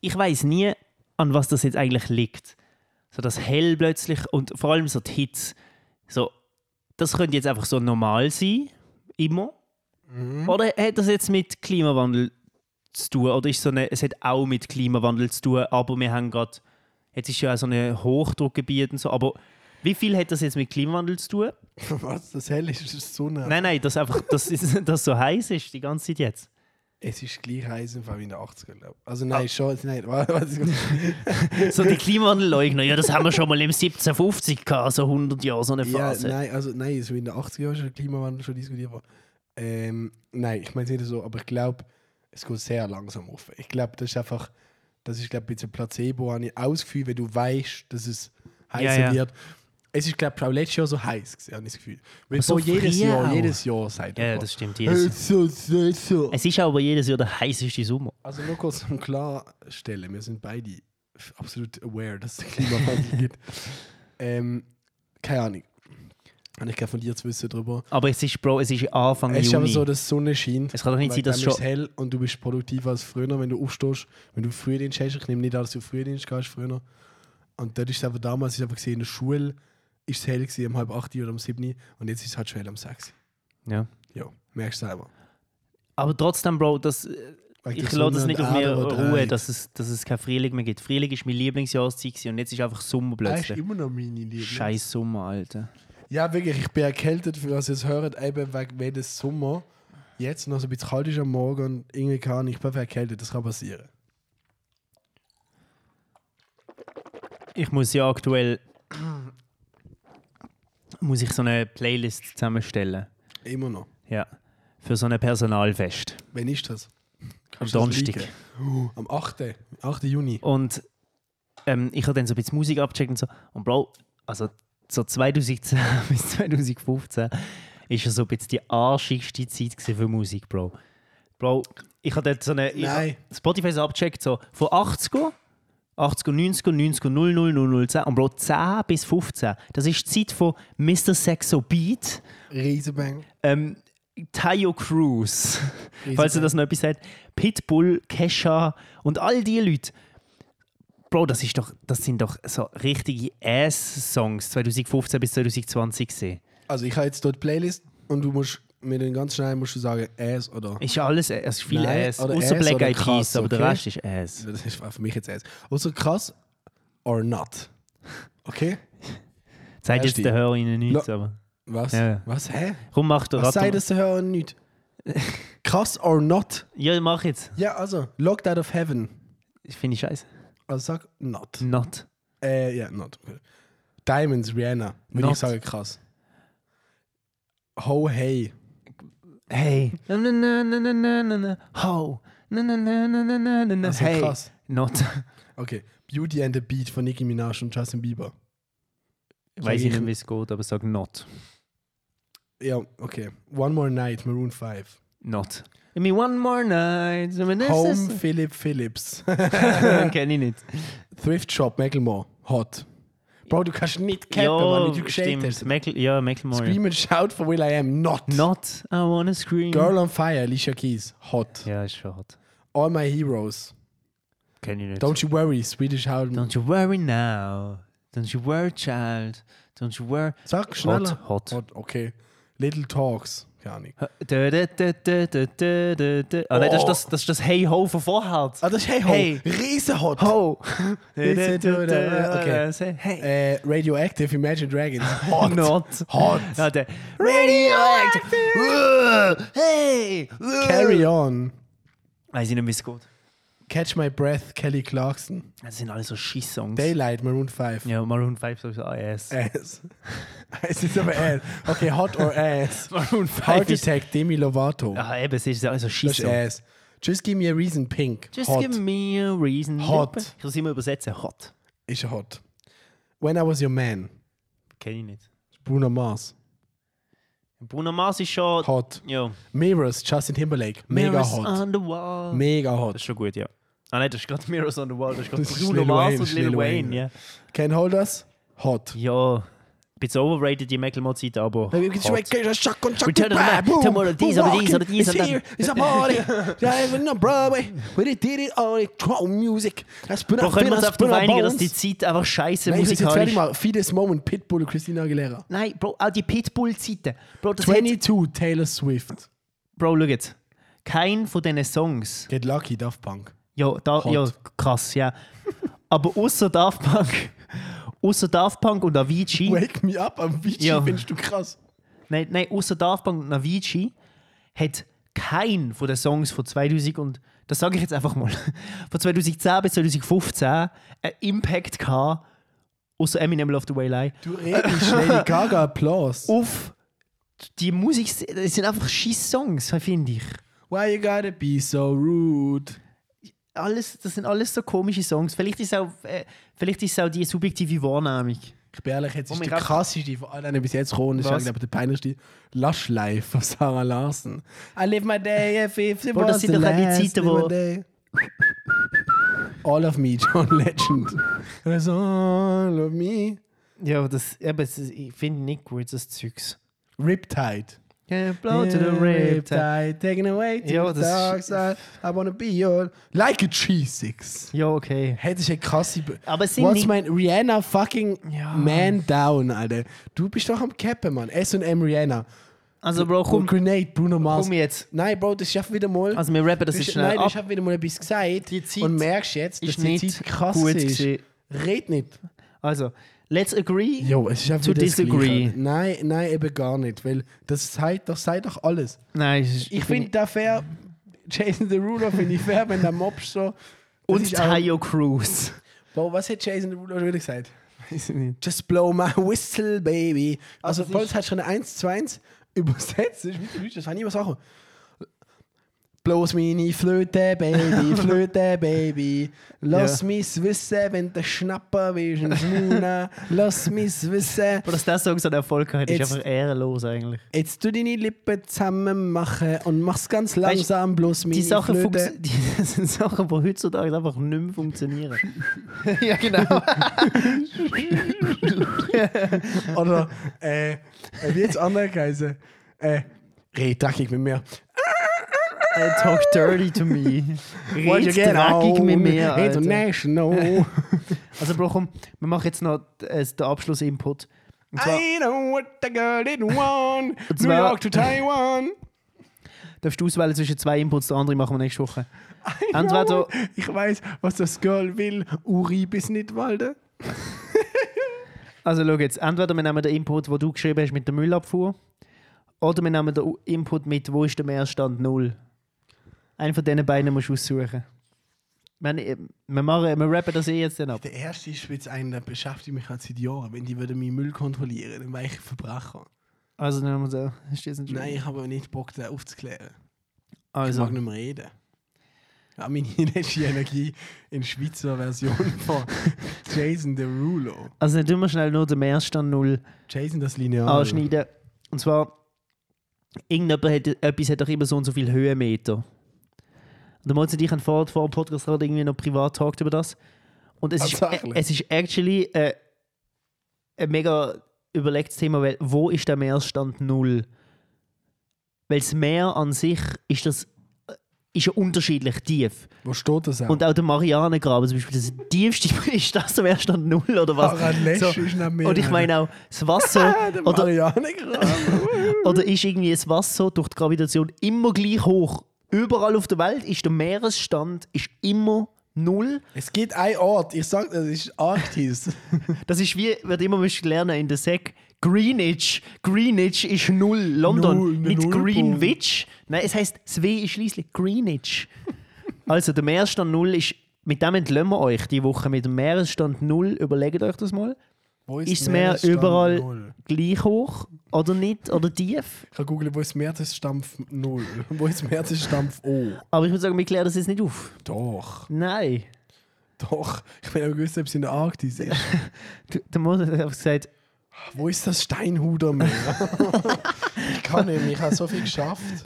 B: Ich weiß nie, an was das jetzt eigentlich liegt. So das Hell plötzlich und vor allem so die Hitze. So, das könnte jetzt einfach so normal sein, immer. Oder hat das jetzt mit Klimawandel zu tun? Oder ist so eine, es hat auch mit Klimawandel zu tun, aber wir haben gerade, jetzt ist ja auch so ein Hochdruckgebiet und so, aber wie viel hat das jetzt mit Klimawandel zu tun?
A: Was? Das hell ist, das ist Sonne.
B: Nein, nein, dass einfach, dass es dass so heiß ist die ganze Zeit jetzt.
A: Es ist gleich heiß im Fall wie in den 80ern, glaube ich. Also
B: Ah.
A: nein, schon, nein. wa- Was,
B: So die Klimawandelleugner, ja, das haben wir schon mal im 1750 gehabt, so 100 Jahre, so eine
A: ja,
B: Phase.
A: nein, also nein, es wie in den 80ern schon Klimawandel schon diskutiert worden. Ähm, nein, ich meine es nicht so, aber ich glaube, es geht sehr langsam auf. Ich glaube, das ist einfach, das ist glaube ich ein bisschen Placebo, habe ich auch das Gefühl, wenn du weißt, dass es heißer
B: ja.
A: wird. Es ist glaube ich auch letztes Jahr so heiß, gewesen, habe ich das Gefühl. Weil
B: so
A: so jedes
B: früher
A: Jahr,
B: auch.
A: jedes Jahr sagt
B: Ja,
A: jemand,
B: das stimmt, jedes Jahr.
A: "Es ist So, so, so.
B: Es ist aber jedes Jahr der heißeste Sommer.
A: Also nur kurz zum Klarstellen, wir sind beide f- absolut aware, dass es den Klimawandel gibt. Ähm, keine Ahnung. Habe ich gerne von dir zu wissen darüber.
B: Aber es ist, Bro, es ist Anfang
A: Es ist aber
B: Juni.
A: so, dass die Sonne scheint.
B: Es kann doch nicht
A: weil
B: sein, dass
A: dann ist
B: schon-
A: hell und du bist produktiver als früher, wenn du aufstehst. Wenn du Frühdienst hast, ich nehme nicht an, dass du Frühdienst gehst früher. Und dort ist es einfach damals, ich habe gesehen, in der Schule ist es hell gewesen, um halb acht oder um sieben und jetzt ist es halt schon hell um sechs.
B: ja.
A: Ja, merkst du selber.
B: Aber trotzdem, Bro, das,
A: Weil die
B: ich lasse das
A: Sonne
B: nicht
A: und
B: auf mir
A: Erde, die
B: Ruhe,
A: dreht.
B: dass es, dass es kein Frühling mehr gibt. Frühling ist mein Lieblingsjahreszeit gewesen und jetzt ist einfach Sommer
A: Das ist
B: plötzlich.
A: immer noch meine Liebe.
B: Scheiß Sommer, Alter.
A: Ja, wirklich, ich bin erkältet, für was ihr es hört, eben wegen wegen des Sommer. Jetzt noch so ein bisschen kalt ist am Morgen und irgendwie kann ich bin einfach erkältet, das kann passieren.
B: Ich muss ja aktuell muss ich so eine Playlist zusammenstellen.
A: Immer noch.
B: Ja. Für so ein Personalfest.
A: Wann ist das?
B: Am
A: Kannst du das
B: Donnerstag.
A: liken? Uh, am 8. 8. Juni.
B: Und ähm, ich habe dann so ein bisschen Musik abgecheckt und so. Und Bro, also so 2010 bis 2015 ist ja so ein bisschen die arschigste Zeit gewesen für Musik, Bro. Bro, ich habe dort so eine. ich hab
A: Nein.
B: Spotify so abgecheckt, so von 80er, 80er, 90er, 90er, 00, 00, 10. Und Bro, 10 bis 15. Das ist die Zeit von Mr. Sexo Beat.
A: Riesenbang.
B: Ähm, Tayo Cruz, falls ihr das noch etwas sagt. Pitbull, Kesha und all die Leute. Bro, das, ist doch, das sind doch so richtige Ass-Songs 2015 bis 2020 gesehen.
A: Also ich habe jetzt dort Playlist und du musst mir dann ganz schnell musst du sagen, Ass oder.
B: Ist ja alles, äh, es ist viel
A: Nein,
B: Ass.
A: oder
B: Außer
A: Ass
B: Black
A: oder
B: Eyed
A: krass,
B: Peas, aber der
A: okay?
B: Rest ist Ass.
A: Das ist für mich jetzt Ass. Außer krass or not. Okay?
B: Sagt
A: Erste.
B: jetzt der Hörer Ihnen nichts, aber.
A: Was?
B: Ja.
A: Was? Hä?
B: Komm, mach doch
A: Was
B: Rat-
A: sei das der Hörer nicht? krass or not?
B: Ja, mach jetzt.
A: Ja, also, Locked Out of Heaven.
B: Finde ich scheiße.
A: Also sag not.
B: Not.
A: Äh, ja, not. Okay. Diamonds, Rihanna. Würde
B: Not.
A: ich sagen, krass. Ho, hey.
B: Hey. Na, na, na, na, na, na, na, na. Ho. Na, na, na, na, na, na, na, na.
A: Also
B: Hey.
A: krass.
B: Not.
A: Okay. Beauty and the Beat von Nicki Minaj und Justin Bieber.
B: Weiß
A: Sag
B: ich
A: ich-
B: nicht, wie es geht, aber sag not.
A: Ja, okay. One More Night, Maroon 5.
B: Not. I mean, one more night. I mean, this
A: Home, Philip Phillips.
B: is... Kenn ich nicht.
A: Thrift Shop, Macklemore. Hot. Bro, du kannst nicht cappen, Mann, wie du gescheit hast.
B: Mackle ja, Macklemore. Oh, ja.
A: Scream and Shout von Will I Am. Not.
B: Not, I wanna scream.
A: Girl on Fire, Alicia Keys. Hot.
B: Ja, ist schon hart.
A: All My Heroes.
B: Kenne ich nicht.
A: Don't You Worry, Swedish Hound.
B: Don't you worry now. Don't you worry, child. Don't you worry.
A: Sag schneller.
B: Hot, hot.
A: Hot, okay. Little Talks. Keine Ahnung.
B: Ah nein, das ist das, das, ist das Hey Ho von vorher.
A: Oh. Ah, das ist Hey Ho.
B: Hey.
A: Riesenhot.
B: Ho!
A: Okay.
B: Uh, Hey.
A: Äh, Radioactive Imagine Dragons. Hot.
B: Not.
A: Hot.
B: Ja, der Radioact! Uah. Hey!
A: Carry on.
B: Weiß ich nicht, wie es geht.
A: Catch My Breath, Kelly Clarkson.
B: Das sind alles so Schieß-Songs.
A: Daylight, Maroon 5.
B: Ja, Maroon 5 sowieso ah, AS.
A: Ass. es ist aber ass. Okay, hot or ass.
B: Maroon 5
A: Heart
B: ist...
A: Attack, Demi Lovato.
B: Ah, eben, es ist alles so
A: das ist
B: Schieß-Songs.
A: ass. Just give me a reason, pink.
B: Just
A: hot.
B: give me a reason.
A: Hot.
B: Ich muss immer übersetzen. Hot.
A: ist hot. When I was your man.
B: Kenne ich nicht.
A: Bruno Mars.
B: Bruno Mars ist schon.
A: Hot.
B: Ja.
A: Mirrors, Justin Timberlake. Mega
B: Mirrors
A: hot.
B: on the wall.
A: Mega
B: das
A: hot.
B: ist schon gut, ja. Ah nein, das ist gerade Mirrors on the Wall. Das ist gerade
A: Das ist
B: Bruno
A: Lil
B: Mars
A: Wayne,
B: und
A: ist
B: Lil,
A: Lil
B: Wayne.
A: Wayne,
B: ja.
A: Ken Holders. Hot.
B: Ja. Bisschen overrated die Mecklenburg-Zeit, aber.
A: Hey, we can
B: hot.
A: just make a shock on shock
B: Return of the
A: bam,
B: Mac,
A: boom.
B: tomorrow these
A: We're
B: are the these are the
A: walking,
B: these are
A: It's
B: the-
A: here. It's a party. Driving on Broadway. We did it all. Troll music. I spin
B: Wo
A: up,
B: können
A: spin
B: wir uns
A: up,
B: auf den
A: spin up
B: einigen, dass
A: bones.
B: die Zeit einfach scheiße
A: Nein, ich muss jetzt fertig
B: musikalisch
A: machen. Fides Moment, Pitbull und Christina Aguilera.
B: Nein, Bro, auch die Pitbull-Zeiten. Bro, das hat,
A: 22, Taylor Swift.
B: Bro, schau jetzt. Kein von diesen Songs.
A: Get Lucky, Daft Punk.
B: Ja, da,
A: Hot.
B: ja krass, ja. Aber außer Daft Punk. Außer Daft Punk und Avicii.
A: Wake Me Up am Vici
B: Ja.
A: findest du krass.
B: Nein, nein außer Daft Punk und Avicii hat kein von den Songs von 2000 und das sage ich jetzt einfach mal, von 2010 bis 2015 einen Impact gehabt, außer Eminem Love the Way I Lie,
A: Du redest Lady Gaga Applaus.
B: auf die Musik, das sind einfach scheiß Songs, finde ich.
A: Why you gotta be so rude?
B: Alles, das sind alles so komische Songs. Vielleicht ist es auch, äh, vielleicht ist es auch die subjektive Wahrnehmung.
A: Ich bin ehrlich, jetzt ist
B: Oh mein
A: der
B: Gott.
A: krasseste von allen, die bis jetzt gekommen ist,
B: Was?
A: aber der peinlichste Lush Life von Sarah Larson. I live my day if it was
B: Bro, das sind
A: the
B: doch auch die
A: last
B: Zeiten,
A: live my
B: wo-
A: day. All of me, John Legend. There's all of me.
B: Ja, das, aber das, ich finde nicht gut, das Zeugs.
A: Riptide.
B: Yeah, blow Oh, to the riptide.
A: Taken away to
B: Ja,
A: the
B: das
A: dark
B: ist-
A: side. I wanna be your... Like a G6.
B: Ja, okay.
A: Hey, das ist eine krasse... Be
B: Aber es sind
A: What's
B: nicht-
A: mein... Rihanna fucking
B: Ja.
A: man down, Alter. Du bist doch am Cappen, Mann. S&M Rihanna.
B: Also, Bro,
A: Und
B: komm,
A: Grenade, Bruno Mars.
B: komm jetzt.
A: Nein, Bro, das ist einfach wieder mal...
B: Also, wir rappen das
A: das
B: jetzt
A: ist,
B: schnell
A: nein,
B: ab.
A: das ist einfach wieder mal etwas gesagt.
B: Die Zeit
A: und merkst jetzt, dass die
B: ist nicht
A: Zeit krass
B: gut
A: ist.
B: gewesen.
A: Red nicht.
B: Also, let's agree.
A: Jo, es ist einfach
B: To
A: wieder das
B: disagree.
A: Gleiche. Nein, nein, eben gar nicht. Weil das sagt, das sagt doch alles.
B: Nein, es ist-
A: Ich finde da fair, Jason Derulo finde ich fair, wenn der mobst so. Das
B: Und
A: ist auch,
B: Tayo Cruz.
A: Bro, was hat Jason Derulo schon wieder gesagt?
B: Weiß ich nicht.
A: Just blow my whistle, baby. Also,
B: das
A: Paul
B: ist-
A: hat schon eine 1 zu 1 übersetzt. Das ist mit Deutsch, das habe ich immer Sachen. Bloß meine Flöte, Baby, Flöte, Baby. Lass
B: Ja.
A: mich's wissen, wenn der Schnapper bist im Schmuna. Lass mich's wissen.
B: Aber dass der Song so einen Erfolg hat, ist
A: Jetzt-
B: einfach ehrenlos eigentlich.
A: Jetzt tu deine Lippen zusammen machen und mach's ganz
B: Weißt,
A: langsam, bloß meine
B: Die Sachen,
A: Flöte.
B: funktio- die, das sind Sachen, die heutzutage einfach nicht mehr funktionieren. ja, genau.
A: Oder, äh, äh, wie jetzt andere geheißen? Äh, red dreckig mit mir.
B: talk dirty to me.
A: What you
B: Red
A: get
B: dreckig mit
A: on
B: mir, Alter.
A: International.
B: Also, Bro, komm, wir machen jetzt noch äh, den Abschluss-Input. Und zwar
A: I know what the girl didn't want. New
B: zwar-
A: York to Taiwan.
B: darfst du auswählen zwischen zwei Inputs, den anderen machen wir nächste Woche. Entweder-
A: Ich weiß, was das Girl will. Uri bis nicht Walde.
B: Also schau jetzt, entweder wir nehmen den Input, den du geschrieben hast mit der Müllabfuhr, oder wir nehmen den U- Input mit, wo ist der Mehrstand null. Einen von diesen beiden musst du aussuchen. Wenn, äh, wir, machen, wir rappen das eh jetzt dann ab.
A: Der erste ist jetzt einer, der beschäftigt mich halt seit Jahren. Wenn die würden meinen Müll kontrollieren, dann wäre ich ein Verbrecher.
B: Also nehmen wir so. Ist das nicht-
A: Nein, ich habe aber nicht Bock, den aufzuklären. Ich
B: also.
A: mag nicht mehr reden. Ja, meine letzte Energie in Schweizer Version von Jason Derulo.
B: also dann tun wir schnell nur den Mehrstand null
A: Jason das Lineal.
B: anschneiden. Und zwar, irgendjemand hat, etwas hat doch immer so und so viele Höhenmeter. Und der Moritz und ich haben vor, vor dem Podcast gerade irgendwie noch privat talkt über das. Und es, ist, e-,
A: Tatsächlich?
B: es ist actually äh, ein mega überlegtes Thema, weil wo ist der Meerstand null? Weil das Meer an sich ist das ist ja unterschiedlich tief.
A: Wo steht das auch?
B: Und auch der Marianengraben zum Beispiel, das tiefste ist das am Erstand Null oder was?
A: Ach, ein Lesch ist noch mehr.
B: und ich meine auch, das Wasser
A: Der
B: oder,
A: Marianengraben.
B: oder ist irgendwie das Wasser durch die Gravitation immer gleich hoch. Überall auf der Welt ist der Meeresstand ist immer Null.
A: es gibt einen Ort, ich sag, das ist Arktis.
B: Das ist wie, wird immer musst du lernen in der Sek. Greenwich. Greenwich ist null. London.
A: Null, ne
B: nicht
A: Nullpunkt.
B: Greenwich. Nein, es heißt, das W ist schließlich Greenwich. also, der Meeresstand null ist. Mit dem entlömen wir euch die Woche mit dem Meeresstand null. Überlegt euch das mal.
A: Wo
B: Ist das
A: der
B: Meer
A: Meeresstand
B: überall
A: Null?
B: gleich hoch oder nicht oder tief?
A: Ich kann googeln, wo ist Meeresstampf 0? Wo ist Meeresstampf O?
B: Aber ich würde sagen, wir klären das jetzt nicht auf.
A: Doch,
B: Nein.
A: doch. Ich will ja wissen, ob es in der Arktis ist.
B: Du- Der Mond hat einfach gesagt,
A: Wo ist das Steinhudermeer? ich kann nicht, mehr, ich habe so viel geschafft.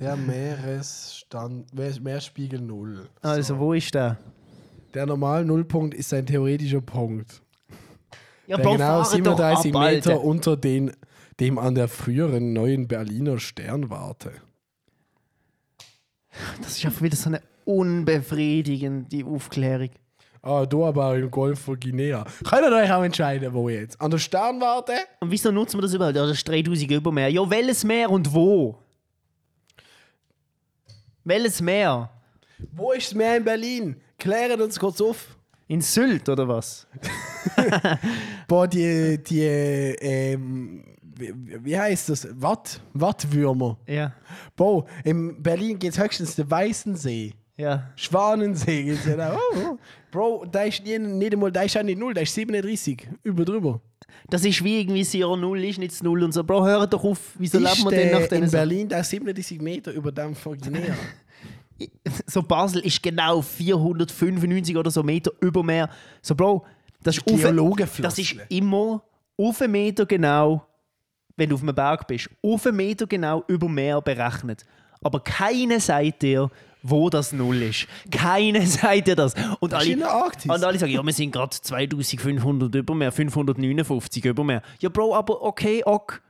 A: Der Meeresstand, Meer- Meerspiegel 0.
B: also wo ist der?
A: Der normale Nullpunkt ist ein theoretischer Punkt.
B: Ja,
A: Der
B: Bro,
A: genau
B: fahren doch
A: 37
B: ab,
A: Meter
B: Alter.
A: unter den, dem an der früheren neuen Berliner Sternwarte.
B: Das ist einfach wieder so eine unbefriedigende Aufklärung.
A: Ah, du aber im Golf von Guinea. Könnt ihr euch auch entscheiden, wo jetzt? An der Sternwarte?
B: Und wieso nutzen wir das überhaupt? Ja, das ist 3000 über Meer. Ja, welches Meer und wo? Welches Meer?
A: Wo ist das Meer in Berlin? Klären uns kurz auf.
B: In Sylt oder was?
A: Boah, die, die, ähm, wie, wie heißt das? Watt? Wattwürmer.
B: Ja,
A: Boah, in Berlin geht höchstens den Weißensee.
B: ja.
A: Schwanensee geht's ja da. Oh, oh. Bro, da ist nie, nicht einmal, da ist auch nicht null, da ist 37. Über drüber.
B: Das ist wie irgendwie das Jahr Null ist nicht das Null und so. Bro, hör doch auf, wieso leben
A: ist
B: wir denn nach
A: äh, in
B: diesen Sachen?
A: Berlin da 37 Meter über dem von Guinea.
B: So Basel ist genau 495 oder so Meter über Meer. So Bro, das ist,
A: Geologenfloskeln.
B: das ist immer auf einen Meter genau, wenn du auf einem Berg bist, auf einen Meter genau über Meer berechnet. Aber keine sagt dir, wo das Null ist. Keine sagt dir das. Und
A: ist
B: alle,
A: in der Arktis.
B: und alle sagen, ja, wir sind gerade 2500 über Meer, 559 über Meer. Ja, Bro, aber okay, ok.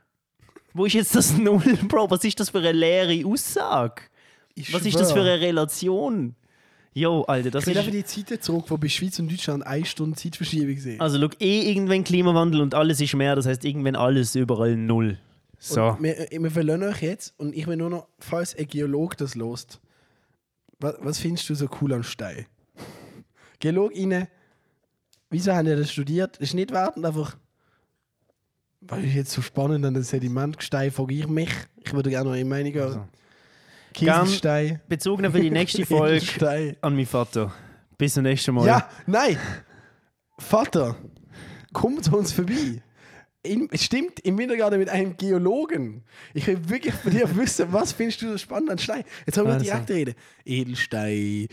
B: Wo ist jetzt das Null, Bro? Was ist das für eine leere Aussage?
A: Ich
B: Was ist das für
A: schwör.
B: eine Relation? Jo, Alter, das
A: Ich will einfach
B: ist.
A: die Zeiten zurück, wo bei Schweiz und Deutschland eine Stunde Zeitverschiebung sehen.
B: Also, look, eh irgendwann Klimawandel und alles ist mehr, das heißt irgendwann alles überall null. So.
A: Wir, äh, wir verlassen euch jetzt und ich will nur noch, falls ein Geolog das lost, was, was findest du so cool am Stein? GeologInnen, wieso haben die das studiert? Ist nicht wertend, einfach. Weil ich jetzt so spannend an den Sedimentgestein frage ich mich. Ich würde gerne eure Meinung hören. Kieselstein.
B: Bezogen für die nächste Folge
A: Kieselstein.
B: an meinen Vater. Bis zum nächsten Mal.
A: Ja, nein! Vater, kommt zu uns vorbei. In, es stimmt, im Wintergarten mit einem Geologen. Ich will wirklich von dir wissen, was findest du so spannend an Stein? Jetzt haben wir
B: Also.
A: direkt reden. Edelstein,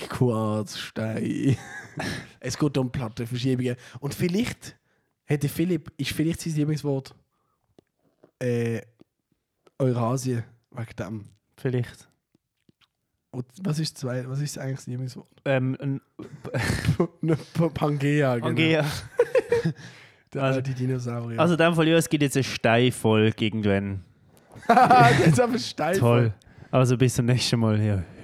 A: Quarzstein. es geht um Plattenverschiebungen. Und vielleicht hätte Philipp, ist vielleicht sein Lieblingswort, äh, Eurasien, wegen dem.
B: Vielleicht.
A: Und was ist, das zweite- was ist eigentlich das Lieblingswort?
B: Ähm, ein
A: Genau. Ne, P- Pangea, genau.
B: Pangea.
A: Da,
B: Also-
A: die Dinosaurier.
B: Also, in dem Fall, ja, es gibt jetzt eine Steinfolge irgendwann.
A: das ist aber steil.
B: Toll. Also, bis zum nächsten Mal. Ja.